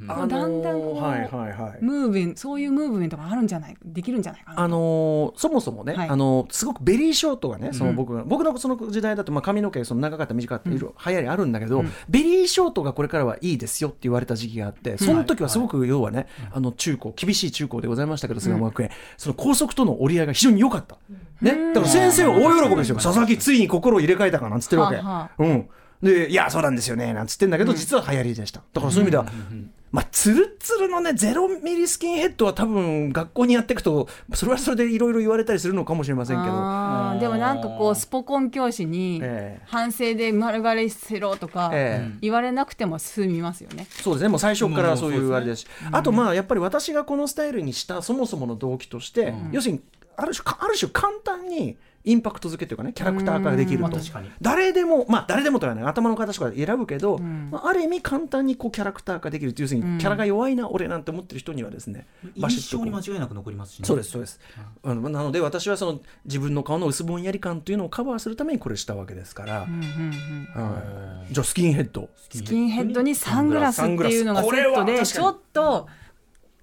D: うん
C: あのだんだんこう
B: はいはいはい
C: ムーブメンそういうムーブメントがあるんじゃないできるんじゃないかな。
B: あのーそもそもね、
C: はい
B: あのーすごくベリーショートがねその僕,、僕のその時代だと、まあ、髪の毛その長かった短かったいろいろ流行りあるんだけど、ベリーショートがこれからはいいですよって言われた時期があってその時はすごく要はね、あの中高厳しい中高でございましたけど菅山学園、その高速との折り合いが非常に良かった、ね、だから先生は大喜びですよ佐々木ついに心を入れ替えたかなんつってるわけ。
C: はあは
B: うんでいやそうなんですよねなんつってんだけど、実は流行りでしただからそういう意味では、まあ、ツルッツルのねゼロミリスキンヘッドは多分学校にやっていくとそれはそれでいろいろ言われたりするのかもしれませんけど、
C: あーでもなんかこうスポコン教師に
B: ええ
C: 反省で丸刈りせろとか
B: ええ
C: 言われなくても済みますよね。
B: そうですねもう最初からそういうあれですしあとまあやっぱり私がこのスタイルにしたそもそもの動機として、要するにある種かある種簡単にインパクト付けというかねキャラクター化ができる
D: まあ
B: と
D: 確かに
B: 誰でもまあ誰でもとはね頭の形とか選ぶけど、まあ、ある意味簡単にこうキャラクター化できる要するにキャラが弱いな、俺なんて思ってる人にはですねバシ
D: 印
B: ッと
D: 象
B: こう
D: に間違いなく残りますしね
B: そうですそうです、あのなので私はその自分の顔の薄ぼんやり感というのをカバーするためにこれしたわけですから、はい、じゃあスキンヘッド
C: スキンヘッドにサングラスっていうのが
B: サングラス
C: セット
B: これは確か
C: で
B: に
C: ちょっと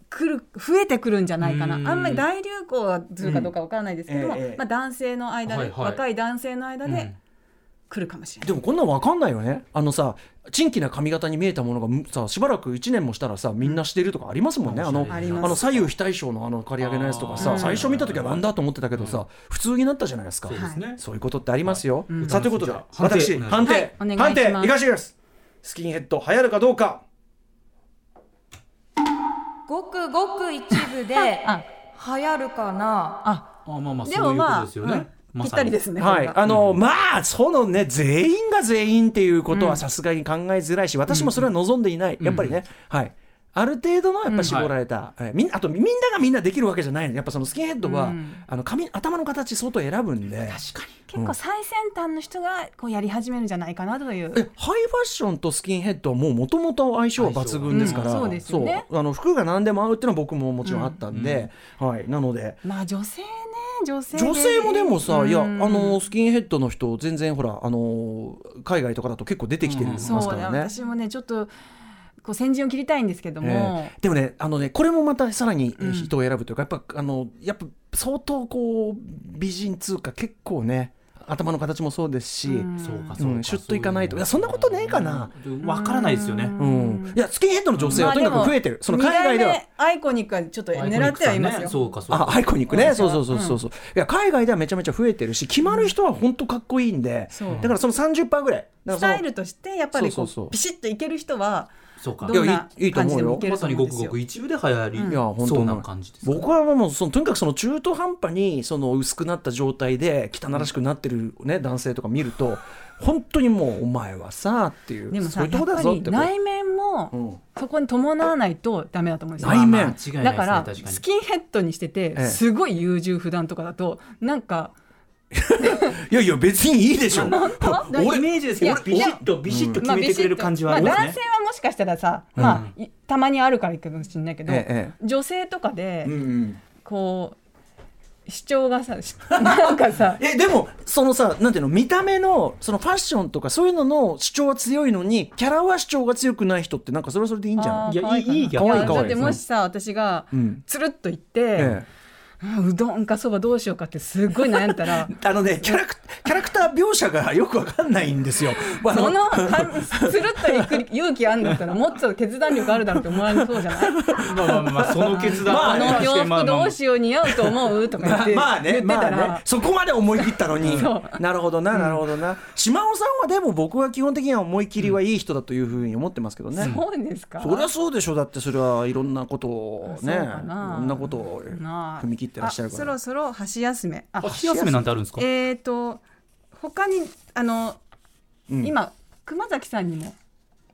C: 来る増えてくるんじゃないかな
D: うん
C: あんまり大流行はするかどうかわからないですけども、
B: うんええ
C: まあ、男性の間で、
D: はいはい
C: 若い男性の間で、
D: うん
C: 来るかもしれない
B: でもこんなんわかんないよねあのさ珍奇な髪型に見えたものがむさしばらく1年もしたらさみんなしてるとかありますもんね、あの
C: あります
B: あの左右非対称のあの刈り上げのやつとかさ、最初見た時はなんだと思ってたけどさ、普通になったじゃないですか、
D: そうですね
B: そういうことってありますよ、
D: ん
B: さあということで
D: じゃあ判定
B: 私
D: お願いします
B: 判定、
C: はいお願いします
B: 判定いかしてですスキンヘッド流行るかどうか
A: ごくごく一部 で
C: あ
A: 流行るかな
C: あ
D: あまあまあ
C: で
D: そ
C: も
D: ういうこ
C: ま
D: と
C: あ
D: ですよね
C: うん
D: ま
C: ぴっ
D: さ
C: た
D: に
C: りですね
B: はい
C: こ、れは
B: あの、まあそのね全員が全員っていうことはさすがに考えづらいし私もそれは望んでいない、やっぱりね、はいある程度のやっぱ絞られた、えみんあとみんながみんなできるわけじゃないのやっぱそのスキンヘッドは、
C: うん
B: あの髪頭の形相当選ぶんで
E: 結構最先端の人がこうやり始めるんじゃないかなという
B: えハイファッションとスキンヘッドはもうもともと相性は抜群ですから、
C: うんそうですよね
B: そうあの服が何でも合うっていうのは僕ももちろんあったんで、はい、なので
E: まあ女性ね女性で
B: 女性もでもさ、いやあのスキンヘッドの人全然ほらあの海外とかだと結構出てきてるます
E: そう
B: か
E: だ
B: らね。
E: 私もねちょっとこう先陣を切りたいんですけども、
B: ええでもねあのねこれもまたさらにえー人を選ぶというか、やっぱあのやっぱ相当こう美人通か結構ね頭の形もそうですし、うん
D: そうかそうか
B: シュッといかないといやそんなことねえかな。
D: わからないですよね
B: いやスキンヘッドの女性はとにかく増えてる、その海外では
C: 二代目アイコニックはちょっと狙ってはいますよ
D: そうかそう
B: あ
D: か
B: アイコニックね、そうそうそうそうそう、いや海外ではめちゃめちゃ増えてるし決まる人は本当かっこいいんで、
C: そう
B: だからその30%ぐらいだから
C: ス
B: その
C: タイルとしてやっぱり
B: そ
C: こ
B: うそうそう
C: うピシッといける人は
D: そうか
C: どん
B: いや
C: ない
B: いいいいと
C: 感
B: 思
C: じ
B: うよ
C: でもいけ
D: ま
C: ると
D: さ
C: 思
D: に
C: うんで
D: ごく
C: す
D: ご
C: よ
D: く一部で流行り、
B: いや本当
D: そうな感じですか
B: 僕はもうそのとにかくその中途半端にその薄くなった状態で汚らしくなってる、ね、男性とか見ると本当にもうお前はさっていう
C: でも
B: そ
C: さ
B: ういうと
C: や
B: こだ
C: っぱ
B: ぞ
C: り
B: って
C: 内面
B: う
C: も
B: ん
C: そこに伴わないとダメだと思うんですよ
B: 内面
D: まあまあ間違いな
C: だ
D: い
C: か
D: で
C: ら
D: すね確かに
C: スキンヘッドにして
B: ええ
C: てすごい優柔不断とかだとなんか
B: いやいや別にいいでしょ
D: イメージですけ
C: い
D: ど
C: や
D: ビシッとビシッと決めてくれる感じはあり
C: まあ
D: ます
C: 男
D: ね
C: 性はもしかしたらさまあいたまにあるからいいかもしれないけど
B: ええ
C: 女性とかで
B: うんうん
C: こう主張が さしなんかさ
B: えでもそのさなんていうの見た目のそのファッションとかそういうのの主張は強いのにキャラは主張が強くない人ってなんかそれはそれでいいんじゃない
C: あー
D: いや
C: 可愛か
D: いいいいギャッ
B: プ
C: いや
B: 可愛い可愛い
C: だってもしさ私が
B: うん
C: つるっといって
B: ええ
C: うんうどんかそばどうしようかってすっごい悩ん だら
B: あのねキャラクキャラクター描写がよくわかんないんですよ。あの
C: そのかんつるっと行く勇気あんだったらもっと決断力あるだろうって思われそうじゃないこ
D: まあまあまあまあその決断は
B: まあ
D: ね
C: の洋
D: まあ
C: 服
D: まあ
C: どうしよう似合うと思うとか言っ
B: まあま
C: て
B: あ
C: 言
B: ね、
C: ってた
B: まあ
C: ら
B: ね、そこまで思い切ったのに
C: そ、
B: なるほどな、なるほどな。島尾さんはでも僕は基本的には思い切りはいい人だというふうに思ってますけどね。
C: そうですか
B: そりゃそうでしょだってそれはいろんなことをねい
C: そう
B: ろ
C: かなん
B: なことを
C: なあ
B: 踏み切ってらっしゃるか
C: あ
B: ら
C: そろそろ箸休めあ
D: あ箸休めなんてあるんですか
C: えっ、ー、と他にあの、
B: ん
C: 今熊崎さんにも、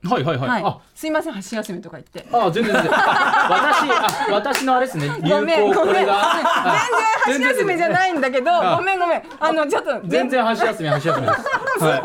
D: はいはいはい、
C: はい
D: あ
C: すいません箸休めとか言って
D: あ全然全然私あ私のあれですね
C: ごめん
D: 有効
C: ご
D: こ
C: め
D: れ
C: ん
D: が
C: 全然箸休めじゃないんだけど
D: あ
C: ごめんごめんあのちょっと
D: 全然箸休め箸休めです。はい。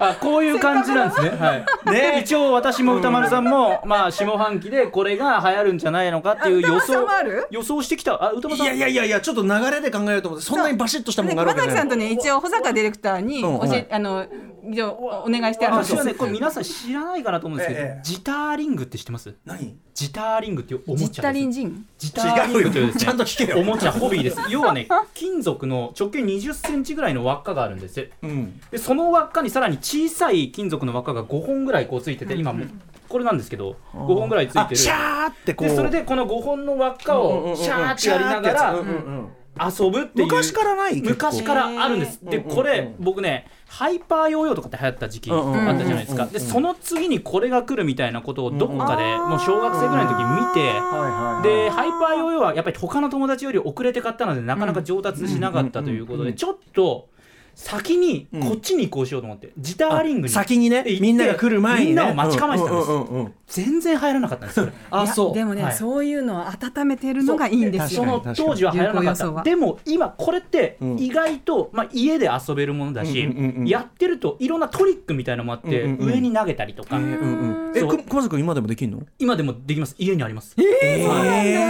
D: あこういう感じなんですね。はい。で一応私も歌丸さんもまあ下半期でこれが流行るんじゃないのかっていう予
C: 歌丸
D: 想
C: さんもある
D: 予想してきたあ歌丸
B: い
D: さん
B: やいやいやいやちょっと流れで考えようと思ってそんなにバシッとしたもの
C: で
B: がある
C: 熊
B: わけじゃ
C: 崎
B: な
C: さ
B: い
C: んとね一応保坂ディレクターに
B: うん
C: 教え、
B: はい
C: あの一応おお願いしてあるんです
D: 私はねこれ皆さん知らないかなと思うんですけど、
B: ええ
D: ジターリングって知ってます？
B: 何
D: ジターリングっていうおもち
C: ジ
D: ゃです
C: ッタリンジン
D: ジターリングというで
B: 違う
D: すね
B: よちゃんと聞けよ
D: おもちゃホビーです。要 はね金属の直径20センチぐらいの輪っかがあるんです。
B: うん
D: でその輪っかにさらに小さい金属の輪っかが5本ぐらいこうついてて、今もうこれなんですけど5本ぐらいつい
B: あ
D: てる
B: シャーってこう
D: でそれでこの5本の輪っか
B: うんうんうん
D: をシャーってやりながら
B: うんうんうん
D: 遊ぶっていう
B: 昔からない結構
D: 昔からあるんですで
B: うんうんうん
D: これ僕ねハイパーヨーヨーとかって流行った時期
B: うんうんうんうん
D: あったじゃないですかでその次にこれが来るみたいなことをどっかで
C: うん
D: もう小学生ぐらいの時に見て
B: はいはいはい
D: でハイパーヨーヨーはやっぱり他の友達より遅れて買ったのでなかなか上達しなかったということ
B: うんうんうんう
D: で
B: ん
D: ちょっと先に
B: うん
D: こっちに移行しようと思ってジターリングに
B: 先にね
D: 行って
B: みんなが来る前にね
D: みんなを待ち構えてたんです
B: ううううん
D: 全然入らなかったんですよ
B: あそう
C: でもね、
D: はい
C: そういうのを温めてるのがいいんです
D: そ
C: よ
D: の
B: 確かに
D: 当時は流行らなかっ
C: 流行予想
D: た
C: は
D: でも今これって
B: うん
D: 意外と、まあ、家で遊べるものだし、
B: うんうんうんうん
D: やってるといろんなトリックみたいのもあって、
B: うんうんうん
D: 上に投げたりとか、
B: うんうん、え、
D: そう
B: く熊崎君今でもできるの？
D: 今でもできます家にあります、
B: ええ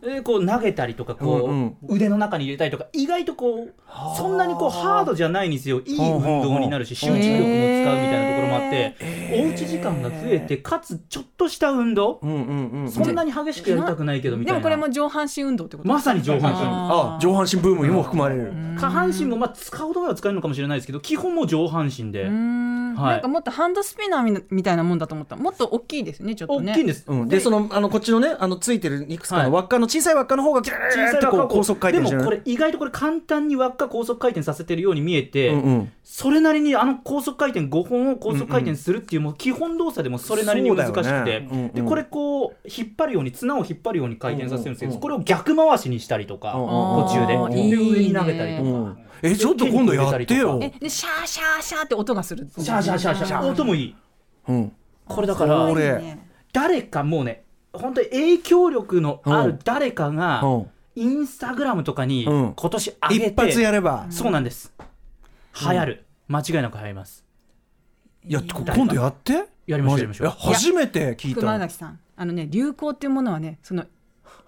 D: でこう投げたりとかこう、
B: うん
D: 腕の中に入れたりとか意外とこうそんなにこうハードじゃないにせよいい運動になるし集
B: ほうほ
D: 中力
B: う
D: も
B: ほう
D: 使うみたいなところもあって、おうち時間が増えてかつちょっとした運動、
B: うんうんうん。
D: そんなに激しくやりたくないけどみた
C: で
D: いな
C: もこれも上半身運動ってこと
D: まさに上半身
C: あー
B: あ、上半身ブームにも含まれる。
D: 下半身もまあ使うところは使えるのかもしれないですけど基本もう上半身で
C: うーん
D: はい
C: なんかもっとハンドスピナーみなみたいなもんだと思ったもっと大きいですねちょっと
D: 大
C: ね
D: きいんです、
B: うん、で
D: で
B: そのあのこっちのねあのついてるいくつか
D: はい
B: の輪っかの小さい輪っかの方がギュ
D: 小
B: ー
D: さ
B: っ
D: い
B: て
D: 輪っ
B: こ
D: か
B: う
D: を
B: 高速回転して
D: で
B: る
D: もこれ意外とこれ簡単に輪っか高速回転させてるように見えて、
B: うんうん、
D: それなりにあの高速回転5本を高速回転するっていうもう基本動作でもそれなりに難し
B: そうだ
D: く
B: よ
D: て、
B: ねうんうん
D: でこれこう引っ張るように綱を引っ張るように回転させてるんですけど、
B: うんうんうん
D: これを逆回しにしたりとか、
B: うんうん
C: あ
D: 途中で
C: ー
B: うん
D: で
C: いいね
D: 上に投げたりとか、
B: うんえちょっと今度やってよ
C: え、でシャーシャーシャーって音がする
D: シャーシャーシャーシャー音もいい
B: うん、
D: これだから
B: これ
C: いいね
D: 誰かもうね本当に影響力のある誰かが
B: うん
D: インスタグラムとかに
B: うん
D: 今年上げ
B: 一発
D: て、
B: やれば、
D: そうなんです流行る、間違いなく流行ります
B: いや今度やって
D: やりましょう
B: マジ
D: やりましょう
B: いや初めて聞いた
C: 熊崎さんあのね流行っていうものはねその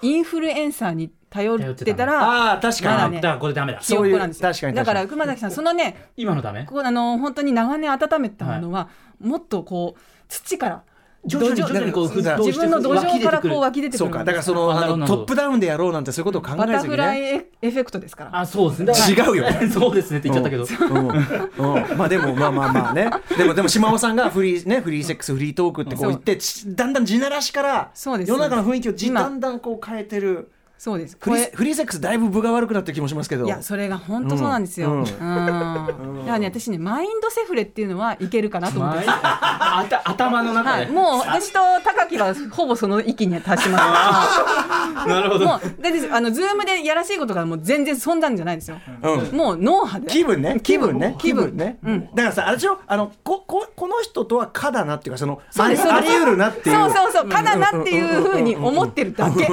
C: インフルエンサーに頼ってたら
B: ああ確
C: ま
B: か
C: だ
B: に、
C: ね
D: だからこれダメだ
C: ひよっこなんですよ
B: そういう確かに確かに
C: だから熊崎さんそのね
D: 今のダメ
C: こうあの本当に長年温めてたものは、もっとこう土から
D: 徐々に
C: 土壌
D: 徐々にこう
B: なんか
D: 沸騰して
C: 自分の土
D: 湧き
C: 壌
D: 出
C: か
D: て
C: ら
D: くる
C: こう湧き出てく
B: そう
C: るも
B: か
C: の
B: だからその
D: なる
B: あ
D: ほど
B: のトップダウンでやろうなんてそういうことを考
C: バ
B: え
C: タ
B: ず
C: フ
B: に
C: ラ
B: ね
C: イエエフェクトですから
D: あそうですねだか
B: 違
D: ら
B: うよ
D: そうですねって言っちゃったけど、
B: うんうんまあでもまあまあまあ ねでもでも島尾さんがフリー,、ね、フリーセックスフリートークってこう言ってちだんだん地ならしから
C: そうです
B: 世の中の雰囲気をじ
C: 今
B: だんだんこう変えてる
C: そうです
B: フリ
C: これ
B: ーフリーセックスだいぶ分が悪くなってる気もしますけど
C: いやそれが本当そうなんですよ、
B: う
C: うんんだからね私ねマインドセフレっていうのはいけるかなと思ってます
D: あた頭の中
C: は
D: で、
C: い、もう私と高木はほぼその域には達しま すなるほどもうだってあのズームでやらしいことがもう全然そんなんじゃないですよ、
B: う
C: もう脳波で
B: 気分ね気分ね
C: 気分
B: ね、
C: うん
B: だからさあれでしょあのこここの人とは「か」だなっていうかその
C: そう
B: あ
C: で
B: り
C: すそう
B: あ
C: で
B: り
C: す
B: 得るなっていう
C: そうそうそうかだなっていうふうに思ってるだけ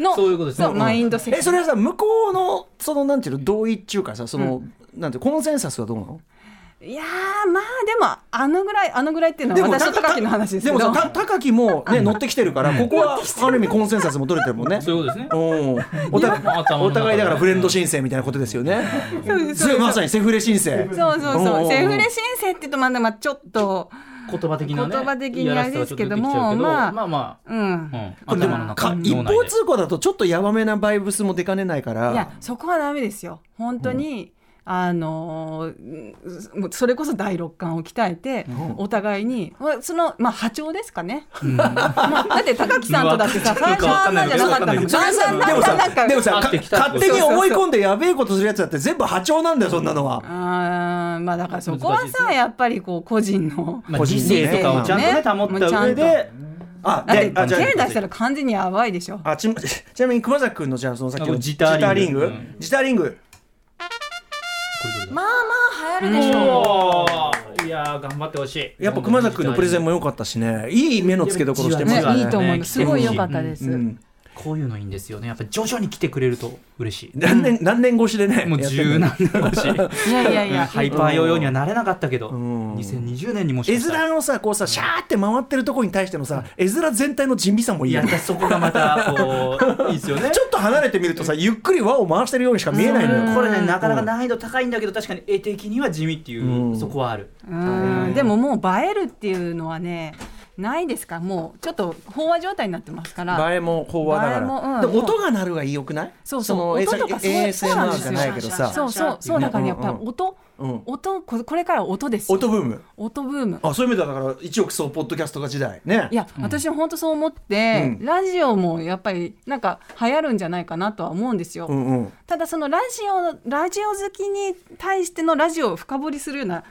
C: の
D: そういうことですね
C: そうマインドセッ
B: え
C: ク
B: そ
C: ス
B: れはさ向こうのそのなんていうの同意っていうかさその、なんていうコンセンサスはどうなの
C: いやーまあでもあのぐらいあのぐらいっていうのは私と
B: た
C: 高木の話ですけ
B: で
C: ど
B: もさた高木もね乗ってきてるからここはある意味コンセンサスも取れてるもんね
D: そういうことですね
B: おーお互い
D: いや頭の中で
B: お互いだからフレンド申請みたいなことですよね
C: そうです
B: それまさにセフレ申請
C: そうそう
B: おうおう
C: そ
B: お
C: う
B: う
C: セフレ申請って言うとまだまあちょっと
D: 言葉的なね
C: 言葉的にあれですけども
D: いやらしさはちょっと出てきちゃうけど
C: ま
D: ま
C: あ
D: あまあ
C: うん
D: うん、
B: これで
D: 頭の
B: も
D: 中
B: か一
D: 脳内
B: 方
D: で
B: 通行だとちょっとやばめなバイブスも出かねないか
C: いや
B: ら
C: そこはダメですよ本当に、あのーうんもうそれこそ第六感を鍛えて、お互いにまあそのまあ波長ですかね、 まあ、だって高木さんとだってさ
D: うわ
C: 最初はあんなんじゃなかったのに
D: ちょっ
C: だんだんだんだんなんか
B: でもさ
D: 合
B: か
D: ってきた
B: 勝手に思い込んでやべえことするやつだって全部波長なんだよそんなのは。
C: あーまあだからそこは
D: 難しいです
C: さ、
D: ね
C: やっぱりこう個人の。
D: まあ、時勢とかをちゃんと
C: ね
D: ね保った上
C: もう
D: で
B: あ
C: だって
B: あ
C: 手出したら完全にやばいでしょ。
B: あちちなみに熊崎君のじゃあそのさっき
D: あ
B: の
D: ジターリング
B: ジターリングジターリング
A: まあまあ流行るでしょう、
D: おーいやー頑張ってほしい
B: やっぱ熊崎君のプレゼンも良かったしねいい目の付けどころしてま
D: ね
B: す
D: そう
C: い
D: だ
C: いと思います。
D: ね
C: すごい良かったです。
B: うん
D: こういうのいいんですよねやっぱ徐々に来てくれると嬉しい
B: 何年何年越しでね
D: もう
B: やってんだよ
D: 十何年越し
C: いやいやい
D: うん
C: や。
D: ハイパーヨーヨーにはなれなかったけど、
B: ん
D: 2020年にもし
B: 絵
D: かしたら
B: 面のさこうさシャーって回ってるとこに対してのさ絵面全体の準備さもい
D: い
B: いよ
D: や
B: ね
D: そこがまたこういいですよね
B: ちょっと離れてみるとさゆっくり輪を回してるようにしか見えないのよ
D: これねなかなか難易度高いんだけど確かに絵的には地味っていう、
B: うん
D: そこはある
C: うん。でももう映えるっていうのはね、ないですから。もうちょっと飽和状態になってますから。
B: 映えも飽和だか
C: 映えもう
B: ら
C: ん
B: でも音が鳴るが良くない
C: そうそう
B: の
C: 音とかそう
B: え
C: そうなん
B: ASMR
C: です
B: じ
C: よ
B: ゃないけどさ
C: そうそうそうだからやっぱり音、
B: うん
C: 音ここれから音ですよ。
B: 音ブーム
C: 音ブーム。
B: あそういう意味ではだから一億総ポッドキャストが時代ね
C: いや、私本当そう思って、
B: うん
C: ラジオもやっぱりなんか流行るんじゃないかなとは思うんですよ。
B: うんうん
C: ただそのラジオラジオ好きに対してのラジオを深掘りするような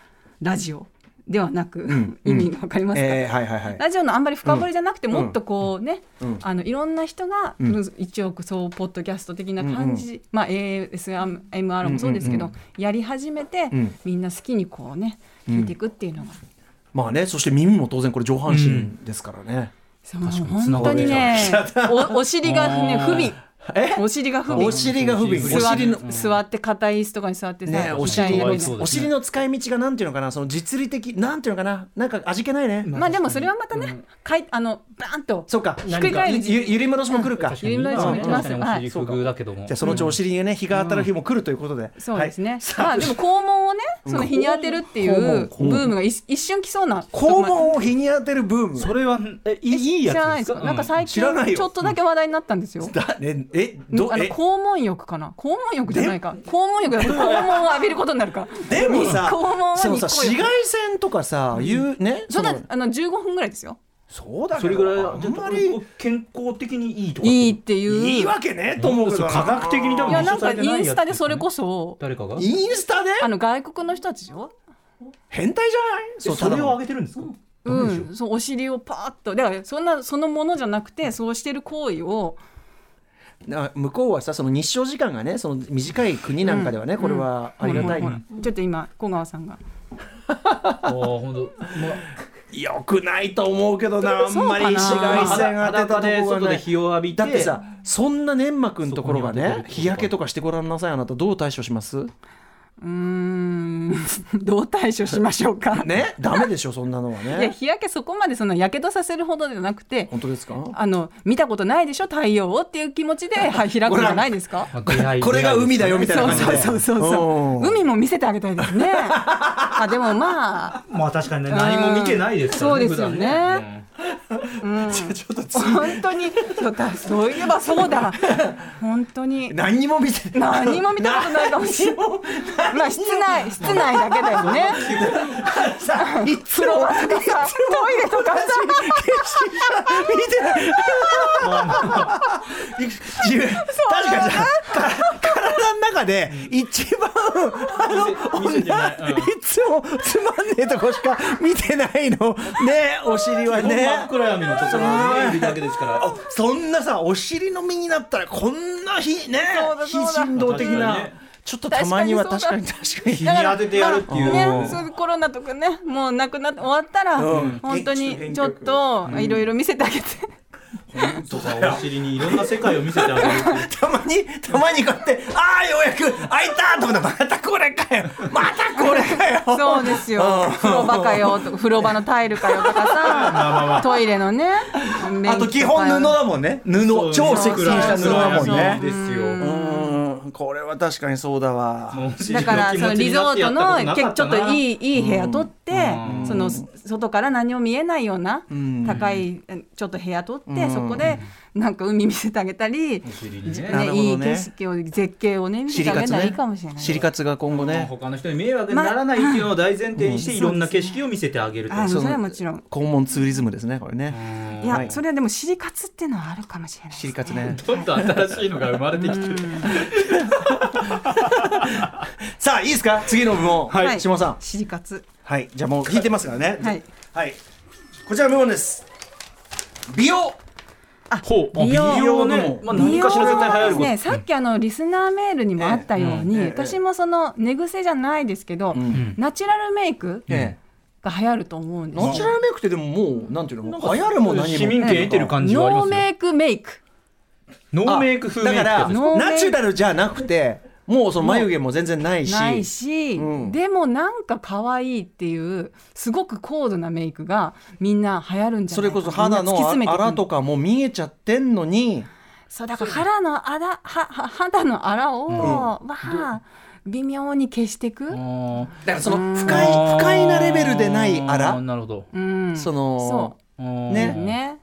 C: ラジオではなく、
B: ん
C: 意味がわかりますか、
B: えーはいはいはい
C: ラジオのあんまり深掘りじゃなくて、
B: うん
C: もっとこうね、
B: うん
C: あのいろんな人が、
B: うん
C: 一億総ポッドキャスト的な感じ、まあ、ASMR もそうですけど、
B: うん
C: やり始めて、
B: うん
C: みんな好きにこうね聞いていくっていうのが、
B: まあねそして耳も当然これ上半身ですからね
C: そう本当にね おお尻がね不憫
B: え
C: お尻が不憫
B: お尻が不憫
D: うん
B: お
C: 座っ
B: 尻の
C: 座って硬い椅子とかに座ってさ、
B: ね、お
C: 痛い
B: 尻の、
C: の
D: 痛
C: に
D: いそうですね
B: お尻の使い道がなんていうのかな、その実利的、なんていうのかな、なんか味気ないね。
C: まあでもそれはまたね、かいあのバーンと
B: そうか、
C: ひっくり返る時期
B: ゆゆゆり戻しも来るか。
D: 確かに
C: うん
D: 今はね
C: いろいろあります
D: 確かにお尻不遇だけども、
B: じゃあそのうちお尻にね、日が当たる日も来るということで。
C: そうです
B: ね。
C: ね、まあでも肛門をねその日に当てるっていうブームが一一瞬来そうな
B: 肛門を日に当てるブーム
D: それはえいいいい
C: 知
D: やつ
C: らないですか、なんか最
B: 知らない
C: 近
B: よ
C: ちょっとだけ話題になったんですよ、
B: だねえ
C: うん
B: ど
C: あの
B: え
C: 肛門浴かな肛門浴じゃないか肛門浴だと肛門を浴びることになるか
B: でもさ
C: 肛門は日
B: その
C: 光
B: さ
C: 浴
B: 紫外線とかさいうね
C: そんな
B: の
C: あの15分ぐらいですよ
B: そうだけ
D: それ
B: ど
D: ぐらい
B: あんまり
D: 健康的にいいと
C: いいっていう
B: いいわけねえと思うけどな
D: そう科学的に多分
C: いやなんか
D: 一緒されてないやつ
C: インスタでそれこそ
D: 誰かが
B: インスタで
C: あの外国の人たちでしょ
B: 変態じゃない
D: そう
B: た
D: そ
B: だ
D: れを
B: の
D: 上げてるんですか
C: うん、そうお尻をパーッとだからそんなそのものじゃなくてそうしてる行為を
B: な向こうはさその日照時間がねその短い国なんかではね、これはありがたい、
C: ほらほらほらちょっと今小川さんが
D: ああ本 当
B: よくないと思うけどなあん
C: そう
B: ま
C: かな
B: り紫外線当てたと
D: 裸
B: こ
D: で
B: ろ
D: 外
B: が
D: で
B: ね
D: 日を浴びて
B: だってさそんな粘膜のところが
D: そこに当ててるっ
B: ね
D: てことか
B: 日焼けとかしてごらんなさいあなたどう対処します
C: うーん どう対処しましょう か、
B: ねダメでしょそんなのはい
C: や
B: ね
C: 日焼けそこまでそのやけどさせるほどじゃなくて
B: 本当ですか
C: あの見たことないでしょ太陽をっていう気持ちではい開くんじゃないですか
D: まあ出会い
B: これが海だよみたいな
C: そう
B: 感じ
C: そう
B: で
C: そうそうそう海も見せてあげたいです ねあでもまあ
D: まあ確かにね 何も見てないですから
C: そうですよね
D: 普段
C: 本当にそうだそういえばそうだ本当に
B: 何にも見て
C: 何も見たことないかもしれないまあ室内室内だけだよ ね
B: さいつ
C: 風 呂
B: も
C: 場とかさトイレとかさ
B: 自分確かにさか体の中で一番あの
D: 見せて
B: 女
D: ないいうん
B: つもつまんねえとこしか見てないのねお尻は
D: ね
B: ね
D: 真っ暗闇のところにねいるだけですから
B: あそんなさお尻の身になったらこんな日ね非人道的
D: 確か
B: な、
D: にね
B: ちょっとたまには確
C: 確か
B: か
C: に
B: に確かに
D: 日に当ててやるっていう
C: ね、そういうコロナとかねもうなくなって終わったら、
B: うん
C: 本当にちょっ
B: ちょ
C: といろいろ見せてあ げて、
D: とかお尻にいろんな世界を見せてあげるっていう
B: たまにたまにこうやってああようやく開いたと思ったらまたこれかよまたこれかよ
C: そうですよ風呂場かよとか風呂場のタイルかよとか
D: まあま
C: さ
D: あ
C: トイレのね
B: あと基本布だもんね布
D: そう
B: 超接近した布だもんね
D: そうですよ
B: うんこれは確かにそうだわ
D: もうお尻の
C: だから
D: 気
C: その
D: 持ち
C: リ
D: に
C: ゾ
D: なっ
C: ー
D: て
C: トの
D: やったことな
C: け
D: かっ
C: ち
D: た
C: ょっと
D: ない
C: いいい部屋取って、
D: うん
C: その外から何も見えないような
B: うん
C: 高いえちょっと部屋取って、
B: うん
C: そこでなんか海見せてあげたり、
D: お尻にね
B: なる
C: ね
B: ほどね
C: いい景色を絶景をね見せてあげたらいいかもしれない。
B: シリカツが今後ね
D: 他の人に迷惑にならないっていうのを大前提にしていろんな景色を見せてあげると
C: あそ
B: の
C: れはもちろん。
B: 肛門ツーリズムですねこれね
C: い
B: は
C: や
B: い
C: それはでもシリカツっていうのはあるかもしれないです
B: シリカツね
D: ちょっと新しいのが生まれてきてる
B: さあいいですか次の部門
C: い
B: 下さん
C: シリカツ。
B: はいじゃあもう引いてますからね
C: はい
B: はいこちらの部門です美容
D: ほう
C: 美容
D: 美容ね、まあ、何かしら絶対流行る
C: 美容は
D: こ
C: です
D: と
C: ね、さっきあのリスナーメールにもあったように、
B: ええええ
C: 私もその寝癖じゃないですけど、
B: ん
C: ナチュラルメイク
B: え
C: が流行ると思うんです
B: ナ
C: よ
B: チュラルメイクってでももうなんていうの流行るも何も
D: 市民権得てる感じがあり
C: ノ
D: ま
C: ー
D: すよ
C: メイクメイク
D: ノーメイク風メイクってやつ
C: だから
B: ナチュラルじゃなくてもうその眉毛も全然ないし
C: ないし、
B: うん
C: でもなんか可愛いっていうすごく高度なメイクがみんな流行るんじゃ
B: そ
C: な
B: れ
C: いか
B: こそ肌
C: みんな突き詰め
B: の
C: て
B: あ
C: くる
B: らとかも見えちゃってんのに
C: そうだから肌のあらはは肌のあらを、わあ微妙に消していく、
D: あ
B: だからその不
D: ー
B: 快不快なレベルでないあ
D: ー
B: ら
D: なるほど
C: うん
B: そ
C: そ
B: のね
C: うね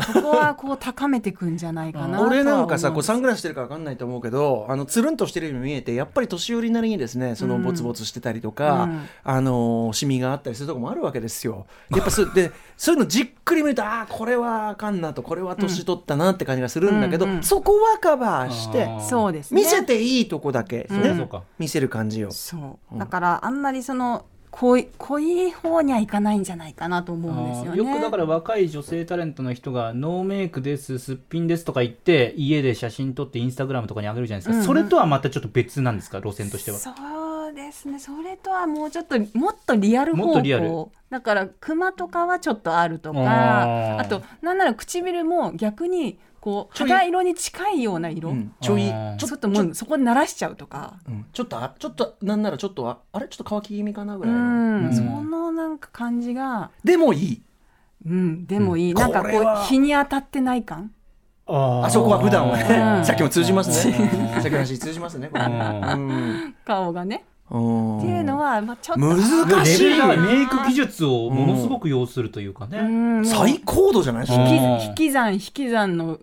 C: そこはこう高めていくんじゃないかなとは思う
B: 俺なんかさこうサングラスしてるから分かんないと思うけどあのつるんとしてるように見えてやっぱり年寄りなりにですねそのボツボツしてたりとか、
C: うん
B: あのーシミがあったりするとこもあるわけですよ。でやっぱそうでそういうのじっくり見るとああこれはあかんなとこれは年取ったなって感じがするんだけど、
C: うんうん
B: そこはカバーして
D: あー
C: そうですね
B: 見せていいとこだけ、ね
D: そうかそうか
B: 見せる感じを。
C: そうだからあんまりその濃い濃い方にはいかないんじゃないかなと思うんですよね
D: よくだから若い女性タレントの人がノーメイクですすっぴんですとか言って家で写真撮ってインスタグラムとかに上げるじゃないですか、それとはまたちょっと別なんですか路線としては
C: そうですねそれとはもうちょっともっとリアル方
D: もっとリアル
C: 向だからクマとかはちょっとあると
D: あ
C: か
D: ー
C: あとなんなら唇も逆にこう
B: ょい
C: 肌色に近いような色、
B: うんちょい
D: あー
C: ちょっともうそこで慣らしちゃうとか
B: うんちょっとあちょっとなんならちょっとああれちょっと乾き気味かなぐ
C: う
B: らいの
C: ん、
D: うん
C: そのなんか感じが
B: でもいい
C: うんでもいい、なんかこ
B: これは
C: う日に当たってない感
D: あ
B: あそこは普段は
C: う
B: ね
C: ん
B: さっきも通じますね
D: う
B: さ
D: ん
B: っきの話通じますねこれ
D: う
B: うんん
C: 顔がね
E: っ
B: っ
E: ていうのは、まあ、ちょっと
B: 難
D: レ
B: し
D: ベ
B: い
D: ルがメイク技術をものすごく要するというか
C: う
D: ね。
C: んもう
B: 最高度じゃない
D: うん
C: 引き引き算引き算の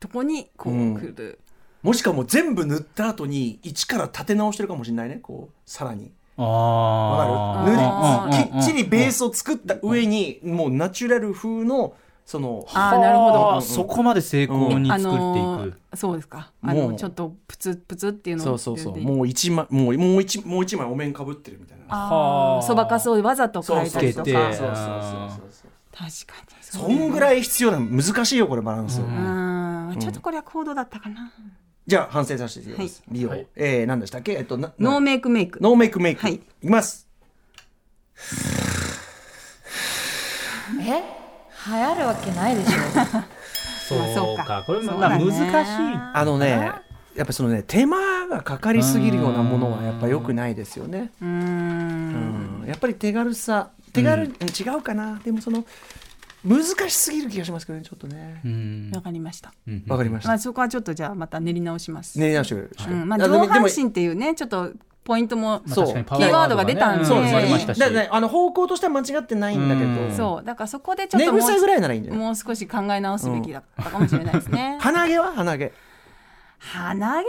C: とこにこ
B: うん
C: う来る、
B: もしかもう全部塗った後に一から立て直してるかもしれないねこうさらに
D: あ
B: わ
D: ー
B: かる塗り
D: うん
B: きっちりベースを作った上にもうナチュラル風のその
C: ああなるほど
D: あーそこまで精巧に
C: あ
D: 作ってい
C: の
D: く
C: ー。そうですかあの
B: もう
C: ちょっとプツプツっていうの
B: そ
C: を
B: うそうそう
C: 入れて
B: もう一枚もうもう一もう一枚お面かぶってるみたいな
C: あ
D: はあ
C: ーそばかすをわざと変え
B: そ
C: た
B: う
C: り
B: そ
C: と
B: う
D: つけて
C: か
B: そうそうそう
C: 確かに
B: そんぐらい必要なの難しいよこれバランス、
D: うん
C: うんちょっとこれは高度だったかな、
B: じゃあ反省させていただきます、美容、
D: はい
B: えー、何でしたっけえっとな
C: ノー
B: な
C: メイクメイク
B: ノーメイクメイク、、
C: はいい
B: きます
A: え流行るわけない でしょ
D: そう
C: まあそう
D: か
C: か。
D: これも
C: そう
D: ま
C: だ
D: あ
C: ね
D: 難しい。
B: あのねやっぱそのね手間がかかりすぎるようなものはやっぱ良くないですよね
C: うーん
B: うんやっぱり手軽さ手軽、うん違うかなでもその難しすぎる気がしますけどねちょっとね
D: うん
C: わかりました、
D: うん
B: わ、かりました、
C: まあ、そこはちょっとじゃあまた練り直します、
B: 練り直してくれる
C: うんまあ、
B: あでも
C: 上半身っていうねちょっとポイントも、
D: まあ
B: そう
D: 確かにパ
C: キーワードが出たんで
D: そう
C: そうですすね
D: でねありましたし
B: だからねあの方向としては間違ってないんだけ
D: うん
B: ど
C: そうだからそこでちょっ
B: 寝
C: ともう
B: 癖ぐらいならいいんじゃない
C: もう少し考え直すべきだったかもしれないです ね。
B: 鼻毛は鼻毛
C: 鼻毛はね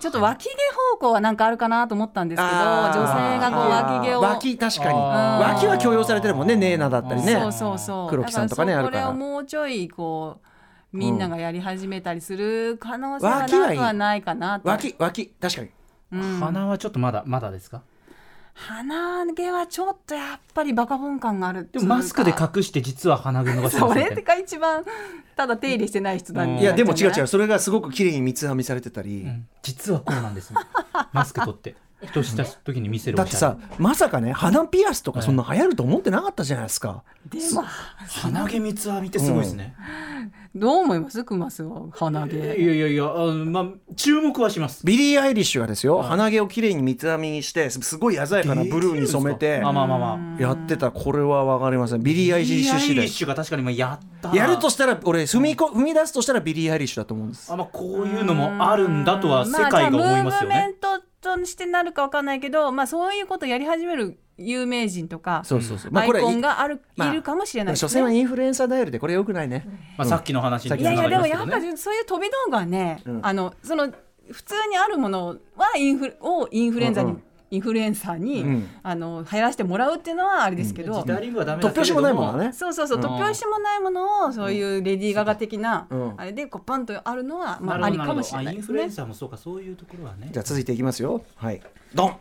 C: ちょっと脇毛方向はなんかあるかなと思ったんですけど
B: あ
C: 女
B: ー
C: 性がこう
B: あー
C: 脇毛を
B: 脇確かに
D: あ
C: ー
B: 脇は強要されてるもんねネーナだったりね
C: そうそうそう
B: 黒木さんとかね
C: だから
B: あ
C: そ
B: るから
C: これをもうちょいこうみんながやり始めたりする可能性は
B: 脇は
C: ない
B: い
C: くはないかなと、
B: 脇脇確かに
C: うん
D: 鼻はちょっとまだまだですか。
C: 鼻毛はちょっとやっぱりバカ本感があるって
D: で
C: いう
D: も
C: か
D: マスクで隠して実は鼻毛伸ばしてま
C: そ
D: すみたいな
C: れが一番ただ手入れしてない人だ
D: うん
B: いやでも違う違うそれがすごく綺麗に三つ編みされてたり、
D: うん実はこうなんですねマスク取って人した時に見せる
B: だ
D: お
B: って
D: しゃれ
B: さまさかね鼻ピアスとかそんな流行ると思ってなかったじゃないですか、
C: でも
D: 鼻毛三つ編みってすごいですね、
C: どう思いますクマスは鼻
D: いや
C: 毛
D: いやいやあのまあ注目はします
B: ビリー・アイリッシュがですよ、鼻毛を綺麗に三つ編みにしてすすごい鮮やかなブルーに染めて
D: あまあまあまあ
B: やってたこれは分かりませんビリー・アイリッシュ次
D: ビリーア
B: 第
D: イリッシュが確かにまあやった
B: やるとしたら俺踏みこ踏み出すとしたらビリー・アイリッシュだと思うんです
D: あまあこういうのもあるんだとは世界が思いますよ
C: まあ、じゃあムーブメ
D: ね
C: ン、トとしてなるかわかんないけど、まあ、そういうことやり始める有名人とか
B: そうそうそうまあ
C: アイ
B: これ
C: コンがある、
B: まあ
C: いるかもしれないで
B: 所
C: す
B: 詮は
C: ね。
B: インフルエンサーダイヤルでこれよくないね、
D: まあ、さっきの話に
B: さっき
C: い
B: の
C: や
D: 繋
C: い
D: が
C: や
D: り
C: で
D: ま
C: もや
D: すけど
C: っ
D: ね
C: ぱりそういう飛び道具はね、
B: うん
C: あのその普通にあるものはインフルをインフルエンザに、
B: うんうん
C: インフルエンサーに、
B: うん
C: あの流行らせてもらうっていうのはあれですけど、
D: 左部はダメ
B: 突
D: だけ
B: 拍子も
D: れど
B: ないもんだね
C: そうそうそう
B: うん
C: 突拍子もないものをそういうレディー・ガガ的な、
B: うん
C: あれでこうパンとあるのは、まあ、
D: な
C: あ
D: る
C: り
D: ほど
C: かもしれない
D: あイ
C: で
D: ン
C: す
D: フルエ
C: ね
D: ン。サーもそうかそういうところはね
B: じゃあ続いていきますよはいドン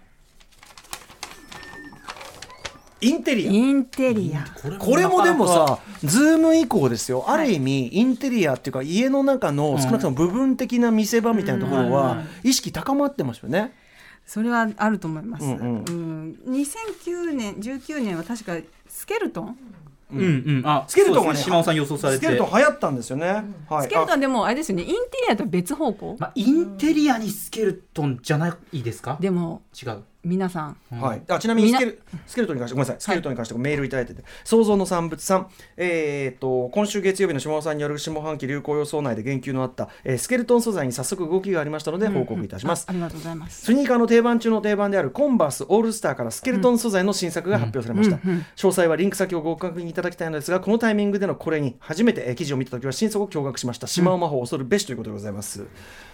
B: インテリア
C: インテリア。
B: これもでも
D: なかなか
B: さ、ズーム以降ですよ、ある意味、インテリアっていうか、家の中の少なくとも部分的な見せ場みたいなところは、意識高まってますよね。
C: それはあると思います。
B: う
C: うん
B: うん
C: ん2009年19年は確かスケルトン、
D: うんうんあ
B: スケルトンはね
D: そうです島尾さん予想され
B: ス
D: て
B: ケルトン流行ったんですよね。はい
C: スケルトンでもあれですよねインテリアとは別方向、
D: まあ、インテリアにスケルトンじゃないですか
C: でも
D: 違う
C: 皆さん
B: あはい、あちなみにスケルスケルトンに関してごめんなさいスケルトンに関してメールいただいてて、創造の産物さん、えー、と今週月曜日の下尾さんによる下半期流行予想内で言及のあった、えースケルトン素材に早速動きがありましたので報告いたします
C: あ。りがとうございます。
B: スニーカーの定番中の定番であるコンバースオールスターからスケルトン素材の新作が発表されました、詳細はリンク先をご確認いただきたいのですがこのタイミングでのこれに初めてえー記事を見た時は心底驚愕しました島尾真帆恐るべしということでございます、
C: だか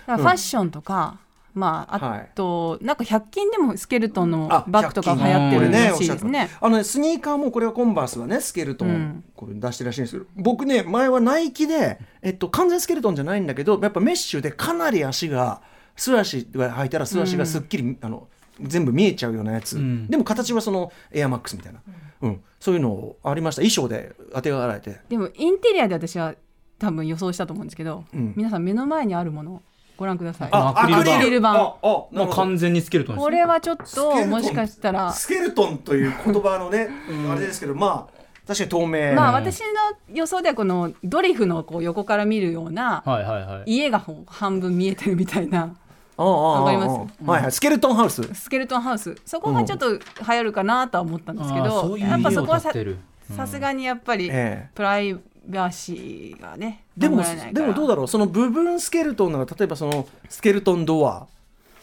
C: らファッションとか、まあ
B: はい
C: あと、なんか100均でもスケルトンの
B: あ
C: バッグとか流行って
B: これ
C: る
B: ね
C: ら
B: おっ
C: しい
B: しゃ
C: で
B: っ
C: す
B: て
C: ね。
B: たあのねスニーカーもこれはコンバースはねスケルトン、
C: うん
B: これ出してるらしいんですけど僕ね前はナイキで、えっと、完全スケルトンじゃないんだけどやっぱメッシュでかなり足が素足は履いたら素足がすっきり、あの全部見えちゃうようなやつ、
D: ん
B: でも形はそのエアマックスみたいな、うんそういうのありました衣装で当てがられて
C: でもインテリアで私は多分予想したと思うんですけど、
B: うん
C: 皆さん目の前にあるものをご覧ください。
D: あアクリル板
C: アクリル板
B: ああな
D: まあ、
B: るほど
D: 完全にスケルトンですね
C: これはちょっ
B: スケルト
C: と
B: ン
C: もしかしたら
B: スケルトンという言葉の ね、あれですけどまあ確かに透明、
C: まあ私の予想ではこのドリフのこう横から見るような
D: はいはいはい
C: 家がほ半分見えてるみたいな
B: ああああ
C: わかります
B: ああはいはいスケルトンハウス
C: スケルトンハウスそこがちょっと流行るかなとは思ったんですけ
D: あー
C: ど、
D: そういう
C: やっぱ
D: 家
C: そ
D: を
C: こは
D: 建
C: さ
D: てる
C: さすがにやっぱり
B: ええ
C: プライバシーがね
B: でも
C: 守られない
B: で
C: から
B: もどうだろうその部分スケルトンなら例えばそのスケルトンドア、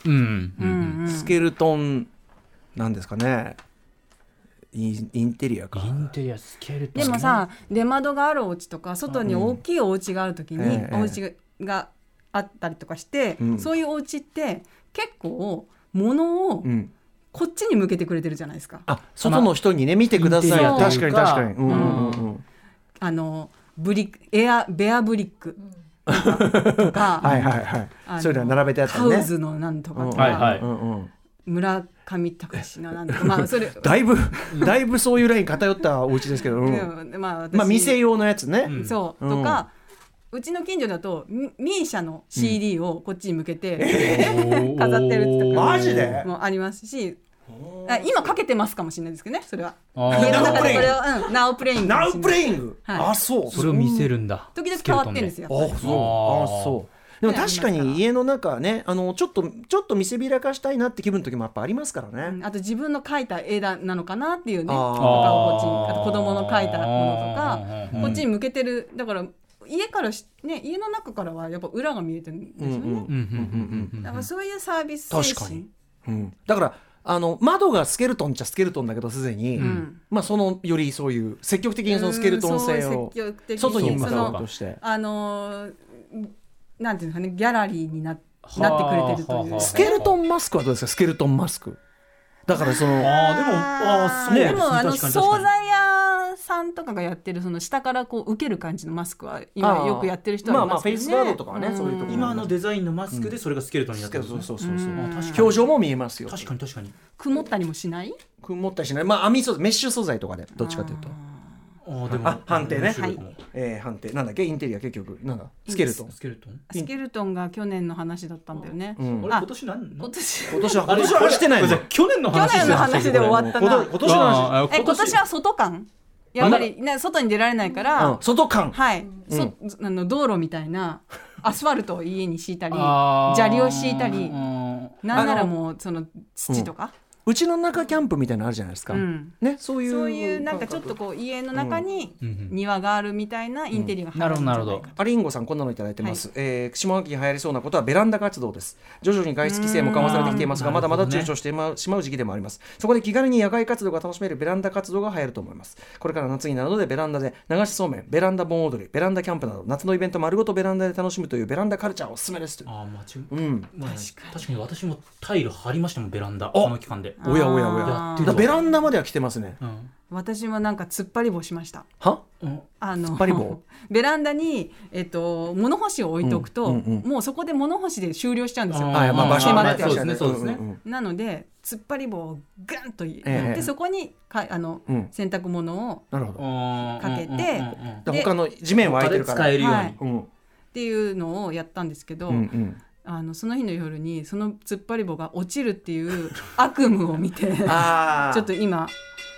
D: うん、うん
C: うんうん
B: スケルトンなんですかねインインテリアか
D: インテリアスケールと
C: でもさ出窓があるお家とか外に大きいお家があるときに
B: ええ
C: お家があったりとかして、
B: うん
C: そういうお家って結構物を
B: うん
C: こっちに向けてくれてるじゃないですか。
B: あ外の人にね見てください
D: まあ
B: 確かに確かに
D: そ
B: うんうんうんうん
C: あのブリックエアベアブリックとか
B: はいはいはい
C: あの
B: そういうのは並べてあった
C: ハ
B: りね
C: ウズのなんとかとか、
D: はいはい
B: うんうん
C: 村上隆のなんと かまあそれ
B: だいぶだいぶそういうライン偏ったお家ですけどうん
C: うんまあ私
B: まあ店用のやつね
D: ん
C: そう、
B: うん
C: とかうちの近所だとミミーシャの CD をこっちに向けて、 飾
D: 飾
C: ってるってとか
B: マジで
C: もありますし、あ今かけてますかもしれないですけどね、それは。
D: あー
C: 家の中でそれを、うん、ナウプレイング。
B: ナウプレイング
C: はい
B: あそう
D: それを見せるんだ
C: 時々変わってるんですよ。
B: あそう
D: あー
B: あそうでも確かに家の中ねあのちょっとちょっと見せびらかしたいなって気分の時もやっぱありますから
C: う
B: ね
C: んあと自分の描いた絵だなのかなっていうね、と
B: あ
C: か
B: ー
C: をこっちに、あと子供の描いたものとか、
D: う
C: こっちに向けてる、だから家からし、ね、家の中からはやっぱ裏が見えてるんですよ
B: うんう
C: ね。
B: ん
D: うんうんうんうん
C: だからそういうサービス精神
B: 確かにうんだからあの窓がスケルトンっちゃスケルトンだけどすでに、
C: ん
B: まあ、そのよりそういう積極的にそのスケルトン性
C: うん
B: を
C: そう積極的に
B: 外に向
C: そ
B: かう
C: の
B: として
C: あのーなんていうんですかねギャラリーにななってくれてるという
D: はあ
B: スケルトンマスクはどうですかスケルトンマスクだからその
D: あーでもあーそうです
C: で
D: ね
C: もあの
D: 確かに確か
C: 惣
D: に
C: 菜屋さんとかがやってるその下からこう受ける感じのマスクは
B: あ
C: 今
B: ー
C: よくやってる人はいますけどね
B: まあまあフェイスガードとかねそういうところ
D: 今のデザインのマスクでそれがスケルトンになって
B: そう
D: るん
B: そう
D: です
B: そ
D: ね
B: うそう
D: あ確かに
B: 表情も見えますよ
D: 確かに確かに
C: 曇ったりもしない
B: 曇ったりしないまあ網素材メッシュ素材とかでどっちかというと
D: あーでも
B: あ判定ね
D: 面白いかも
B: えー、判定なんだっけインテリア結局なんだスケルトン
D: スケルトン
C: スケルトンが去年の話だったんだよ
B: ん
C: ね、
D: あれ今年何
C: 今年
B: 今年は今年はしてないの
D: じゃ去年の話
C: 去年の話で終わったな
B: 今年の話
D: あー
C: え今年は外感やっぱり、ね、外に出られないから、
B: うん、外観
C: はい、そあの道路みたいなアスファルトを家に敷いたり
D: あー
C: 砂利を敷いたり
D: うん
C: なんならもうその土とか、
B: うちの中キャンプみたいなのあるじゃないですか、
C: うん
B: ねそういう
C: そういうなんかちょっとこう家の中に
D: うんうん
C: 庭があるみたいなインテリアが
D: な
C: 入
D: る
C: る
D: ほ
C: ん
D: ど
C: じゃ
D: な
C: ない
D: る
C: か
D: ほど
B: あリンゴさんこんなのいただいてます、えー下半期に流行りそうなことはベランダ活動です徐々に外出規制も緩和されてきていますが
D: うん
B: まだまだ
D: なる
B: 躊
D: ほど
B: 躇してましまう時期でもありますそこで気軽に野外活動が楽しめるベランダ活動が流行ると思いますこれから夏になるのでベランダで流しそうめんベランダ盆踊りベランダキャンプなど夏のイベント丸ごとベランダで楽しむというベランダカルチャーおすすめですという
D: あー間違
B: うん
D: まあ確かに私もタイル張りましたもんベランダこの期間で
B: おやおやお
D: や
B: や
D: って
B: だから
D: るわ
B: ベランダまでは来てますね
D: うん
C: 私もなんか突っ張り棒しました
B: は
D: うん
C: あの
B: 突っ張り棒
C: ベランダに、えっと、物干しを置いておくと、
B: うんうんうん
C: もうそこで物干しで終了しちゃうんですよ
D: あー
B: あいやまあ場所
C: は
B: は
C: ね
B: ね
C: そうです
D: ねそうですね
B: んんん
C: なので突っ張り棒をガンとやって、
B: ええ
C: そこにかあの、
B: うん
C: 洗濯物を
B: なるほど
D: か
C: けて
B: だから
C: で
B: 他の地面は空いてるから
D: 使えるよう
C: は
D: に
C: い
B: うん
C: っていうのをやったんですけど、
B: うんうん
C: あのその日の夜にその突っ張り棒が落ちるっていう悪夢を見て ち
B: あ
C: ょっと今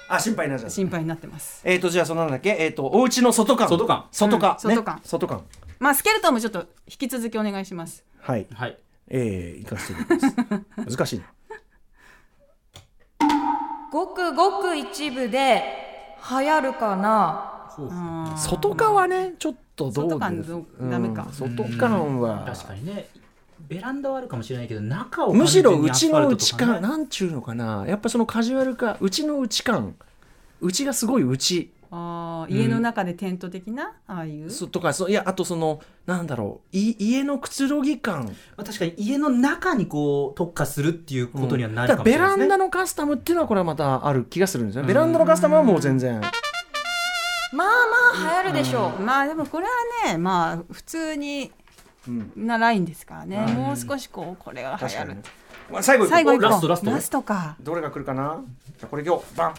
B: あ心配になっちゃう
C: 心配になってます。
B: えー、とじゃあそのなんだっけえー、とお家の外観
D: 外観
B: 外観、
C: うん
B: ね
C: 外観
B: 外観
C: まあ、スケルトンもちょっと引き続きお願いします。
B: はい
D: はい
B: えー、行かせていただきます 難しいな
A: ごくごく一部で流行るかな
C: あー
B: 外観はねちょっとどう
C: 外観どうダメか
B: うん外観は
D: 確かにねベランダはあるかもしれないけど中を
B: むしろうちの内
D: か
B: 観なんちゅうのかなやっぱそのカジュアル化うちの内観うちがすごいうち
C: あー家の中でテント的な、ああいう
B: そとかそいやあとそのなんだろうい家のくつろぎ感
D: まあ、確かに家の中にこう特化するっていうことにはな
B: だ
D: る
B: か
D: からもし
B: ベラン
D: れないですね。
B: ダのカスタムっていうのはこれはまたある気がするんですよねベランダのカスタムはもう全然
A: まあまあ流行るでしょう、
C: まあでもこれはねまあ普通になラインですからね、もう少しこうこれは流
B: 確か
C: 行
B: に
C: る
B: ね、まあ、最後行こう
C: 最後一個
D: ラストラスト
C: か
B: どれが来るかなじゃあこれ今日バン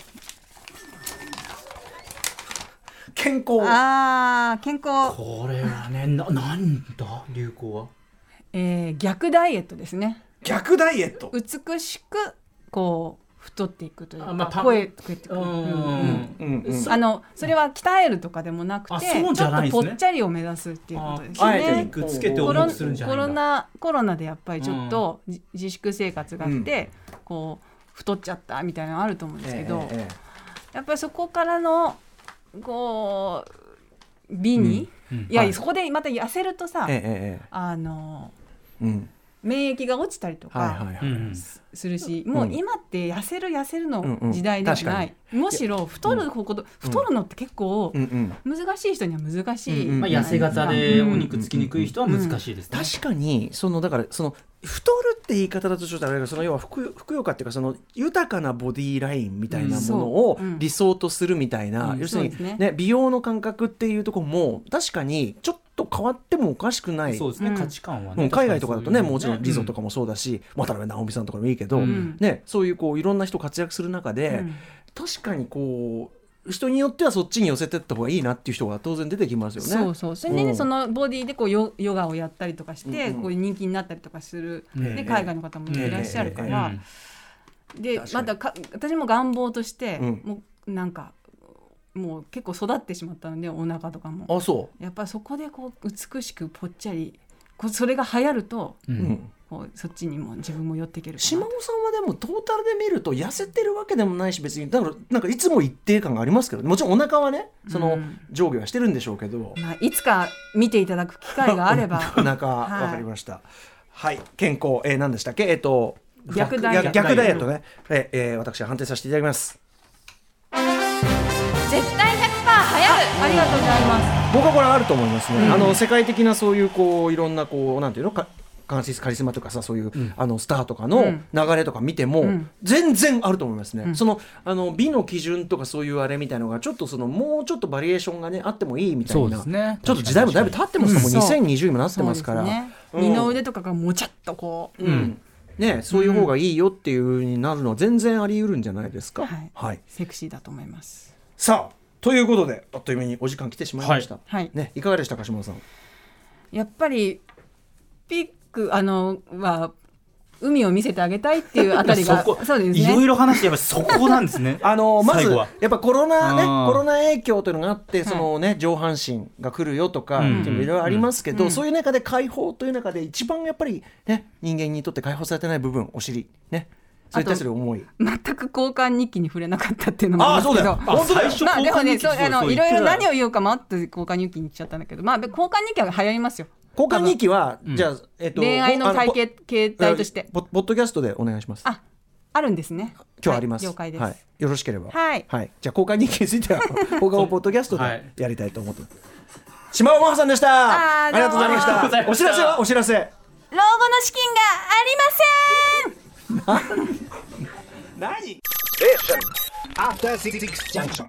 B: 健康
C: あー健康、
D: これはね ななんだ流行は。
C: えー逆ダイエットですね
B: 逆ダイエット
C: 美しくこう太っていくというか、
D: あまあパ
C: 声作ってくる、
D: うん
B: うんうん
C: あのそれは鍛えるとかでもなく
D: あ
C: て
D: そう
C: ち
D: じ
C: ょ
D: ゃ
C: っ
D: ないん
C: とぽ
D: ですね
C: っちゃりを目指すっていうことです
B: あえて
C: ね
B: ね
D: 肉つけて
C: コ
D: 重
C: ロ
D: くするんじゃ
C: コ
D: ない
C: ロ
D: んだ。
C: ナコロナでやっぱりちょっとじ自粛生活があって、こう太っちゃったみたいなのあると思うんですけど、
B: えええ
C: やっぱりそこからのこう美に、いや、
B: はい
C: そこでまた痩せるとさ、
B: えええええ
C: あの
B: えうん
C: 免疫が落ちたりと
B: はいはい
C: か
B: はい、
D: うん
C: するし、もううん今って痩せる痩せるの
B: うんうん
C: 時代ではない
B: 確、
C: むしろ太るほど、太るのって結構
B: うんうん
C: 難しい人には難しい、
B: うんうん
D: まあ、痩せ型でお肉つきにくい人は難しいですね。
B: 確かにそのだからその太るって言い方だとちょっとあれだけどその要はふくふくよかっていうかその豊かなボディラインみたいなものを
C: うんそううん
B: 理想とするみたいな、
D: うん
B: 要する
C: そうで
B: に、
C: す
B: ね
C: ね
B: 美容の感覚っていうところも確かにちょっと変わってもおかしくない
D: そうですね、
C: うん
D: 価値観は
B: う
D: ね。
B: ん海外とかだとねもちろんリゾ
D: ゾ
B: とかもそうだし、渡辺直美さんとかでもいいけど、
D: うん
B: ね、そういうこういろんな人活躍する中で、
C: うん
B: 確かにこう人によってはそっちに寄せてった方がいいなっていう人が当然出てきますよね。
C: そうそうそれで、
B: うん
C: ね、そのボディでこうヨヨガをやったりとかして、
B: うんうん
C: こういう人気になったりとかする、
D: え
C: で
D: え
C: 海外の方もいらっしゃるか
B: えええ
C: ら、で
B: 確か
C: ま
B: に
C: たか私も願望として、
B: うん
C: もうなんかもう結構育ってしまったのでお腹とかも
B: あそ
C: やっぱりそこでこう美しくぽっちゃりこうそれが流行ると
D: う
B: う、
D: ん
B: うん
C: こうそっちにも自分も寄っていけるか
B: 島尾さんはでもトータルで見ると痩せてるわけでもないし別にだからなんかいつも一定感がありますけどねもちろんお腹はねその
C: うん
B: 上下はしてるんでしょうけど、
C: な、まあ、いつか見ていただく機会があれ ば
B: お腹
C: はい
B: わかりましたはい健康えー、何でしたっけえっ、と
C: 逆
B: 逆
C: ダイエット
B: 逆ダイエットね、えーえー私は判定させていただきます
A: 絶対100%流行る
C: ありがとうございます
B: 僕はこれあると思いますね、あの世界的なそういうこういろんなこうなんていうのかカンシスカリスマとかさそういう、あのスターとか
C: う
B: の
C: ん
B: 流れとか見ても、
C: ん
B: 全然あると思いますね、
C: ん
B: そのあの美の基準とかそういうあれみたいのがちょっとそのもうちょっとバリエーションがねあってもいいみたい
D: そう
B: な
D: ですね。
B: ちょっと時代もだいぶ経ってますから、
C: うん
B: もう2020にもなってますから
C: そうですね
B: うん
C: 二の腕とかがもちゃっとこう、
B: うんね、そういう方がいいよっていう風になるのは全然あり得るんじゃないですか、
C: はい
B: はい、
C: セクシーだと思います
B: さあということであっという間にお時間来てしまいました、
C: はい
B: ね、いかがでしたか島田さん。
C: やっぱりピックあのは海を見せてあげたいっていうあたりが
D: そこ
C: そうです
D: いろ
C: ね
D: いろ話して、やっぱりそこなんですね
B: あのまず
D: 最後は
B: やっぱコロナね
D: うん
B: コロナ影響というのがあってそのね上半身が来るよとかっていうのもいろいろありますけど、そういう中で解放という中で一番やっぱりね人間にとって解放されてない部分お尻ねそれに対する思い
C: 全く交換日記に触れなかったっていうのもありますけど
D: あ本当だよ
C: まあでもねそ
D: 交
C: うあ
D: 換日記そう
C: の
D: そう
C: いろいろ
D: 言ってた
C: 何を言おうかもあって交換日記に行っちゃったんだけどまあで交換日記は流行りますよ
B: 交換日記は、じゃあ、えっと
C: 恋愛の体
B: あ
C: 系形
B: ポ
C: 態として
B: ポッポッドキャストでお願いします
C: ああるんですね
B: 今日あります、
C: はい了解です、
B: はい、よろしければ
C: はい
B: じゃあ交換日記につい ては放課後ポッドキャスト
D: は
B: で
D: い
B: やりたいと思ってます島尾真帆さんでしたあ
E: あー
B: り
E: どう
B: が
E: も
B: とうございま
D: ありがとうござ
B: したお知
D: いました
B: らせはお知らせ
E: 老後の資金がありません
B: 何
F: After Six Junction.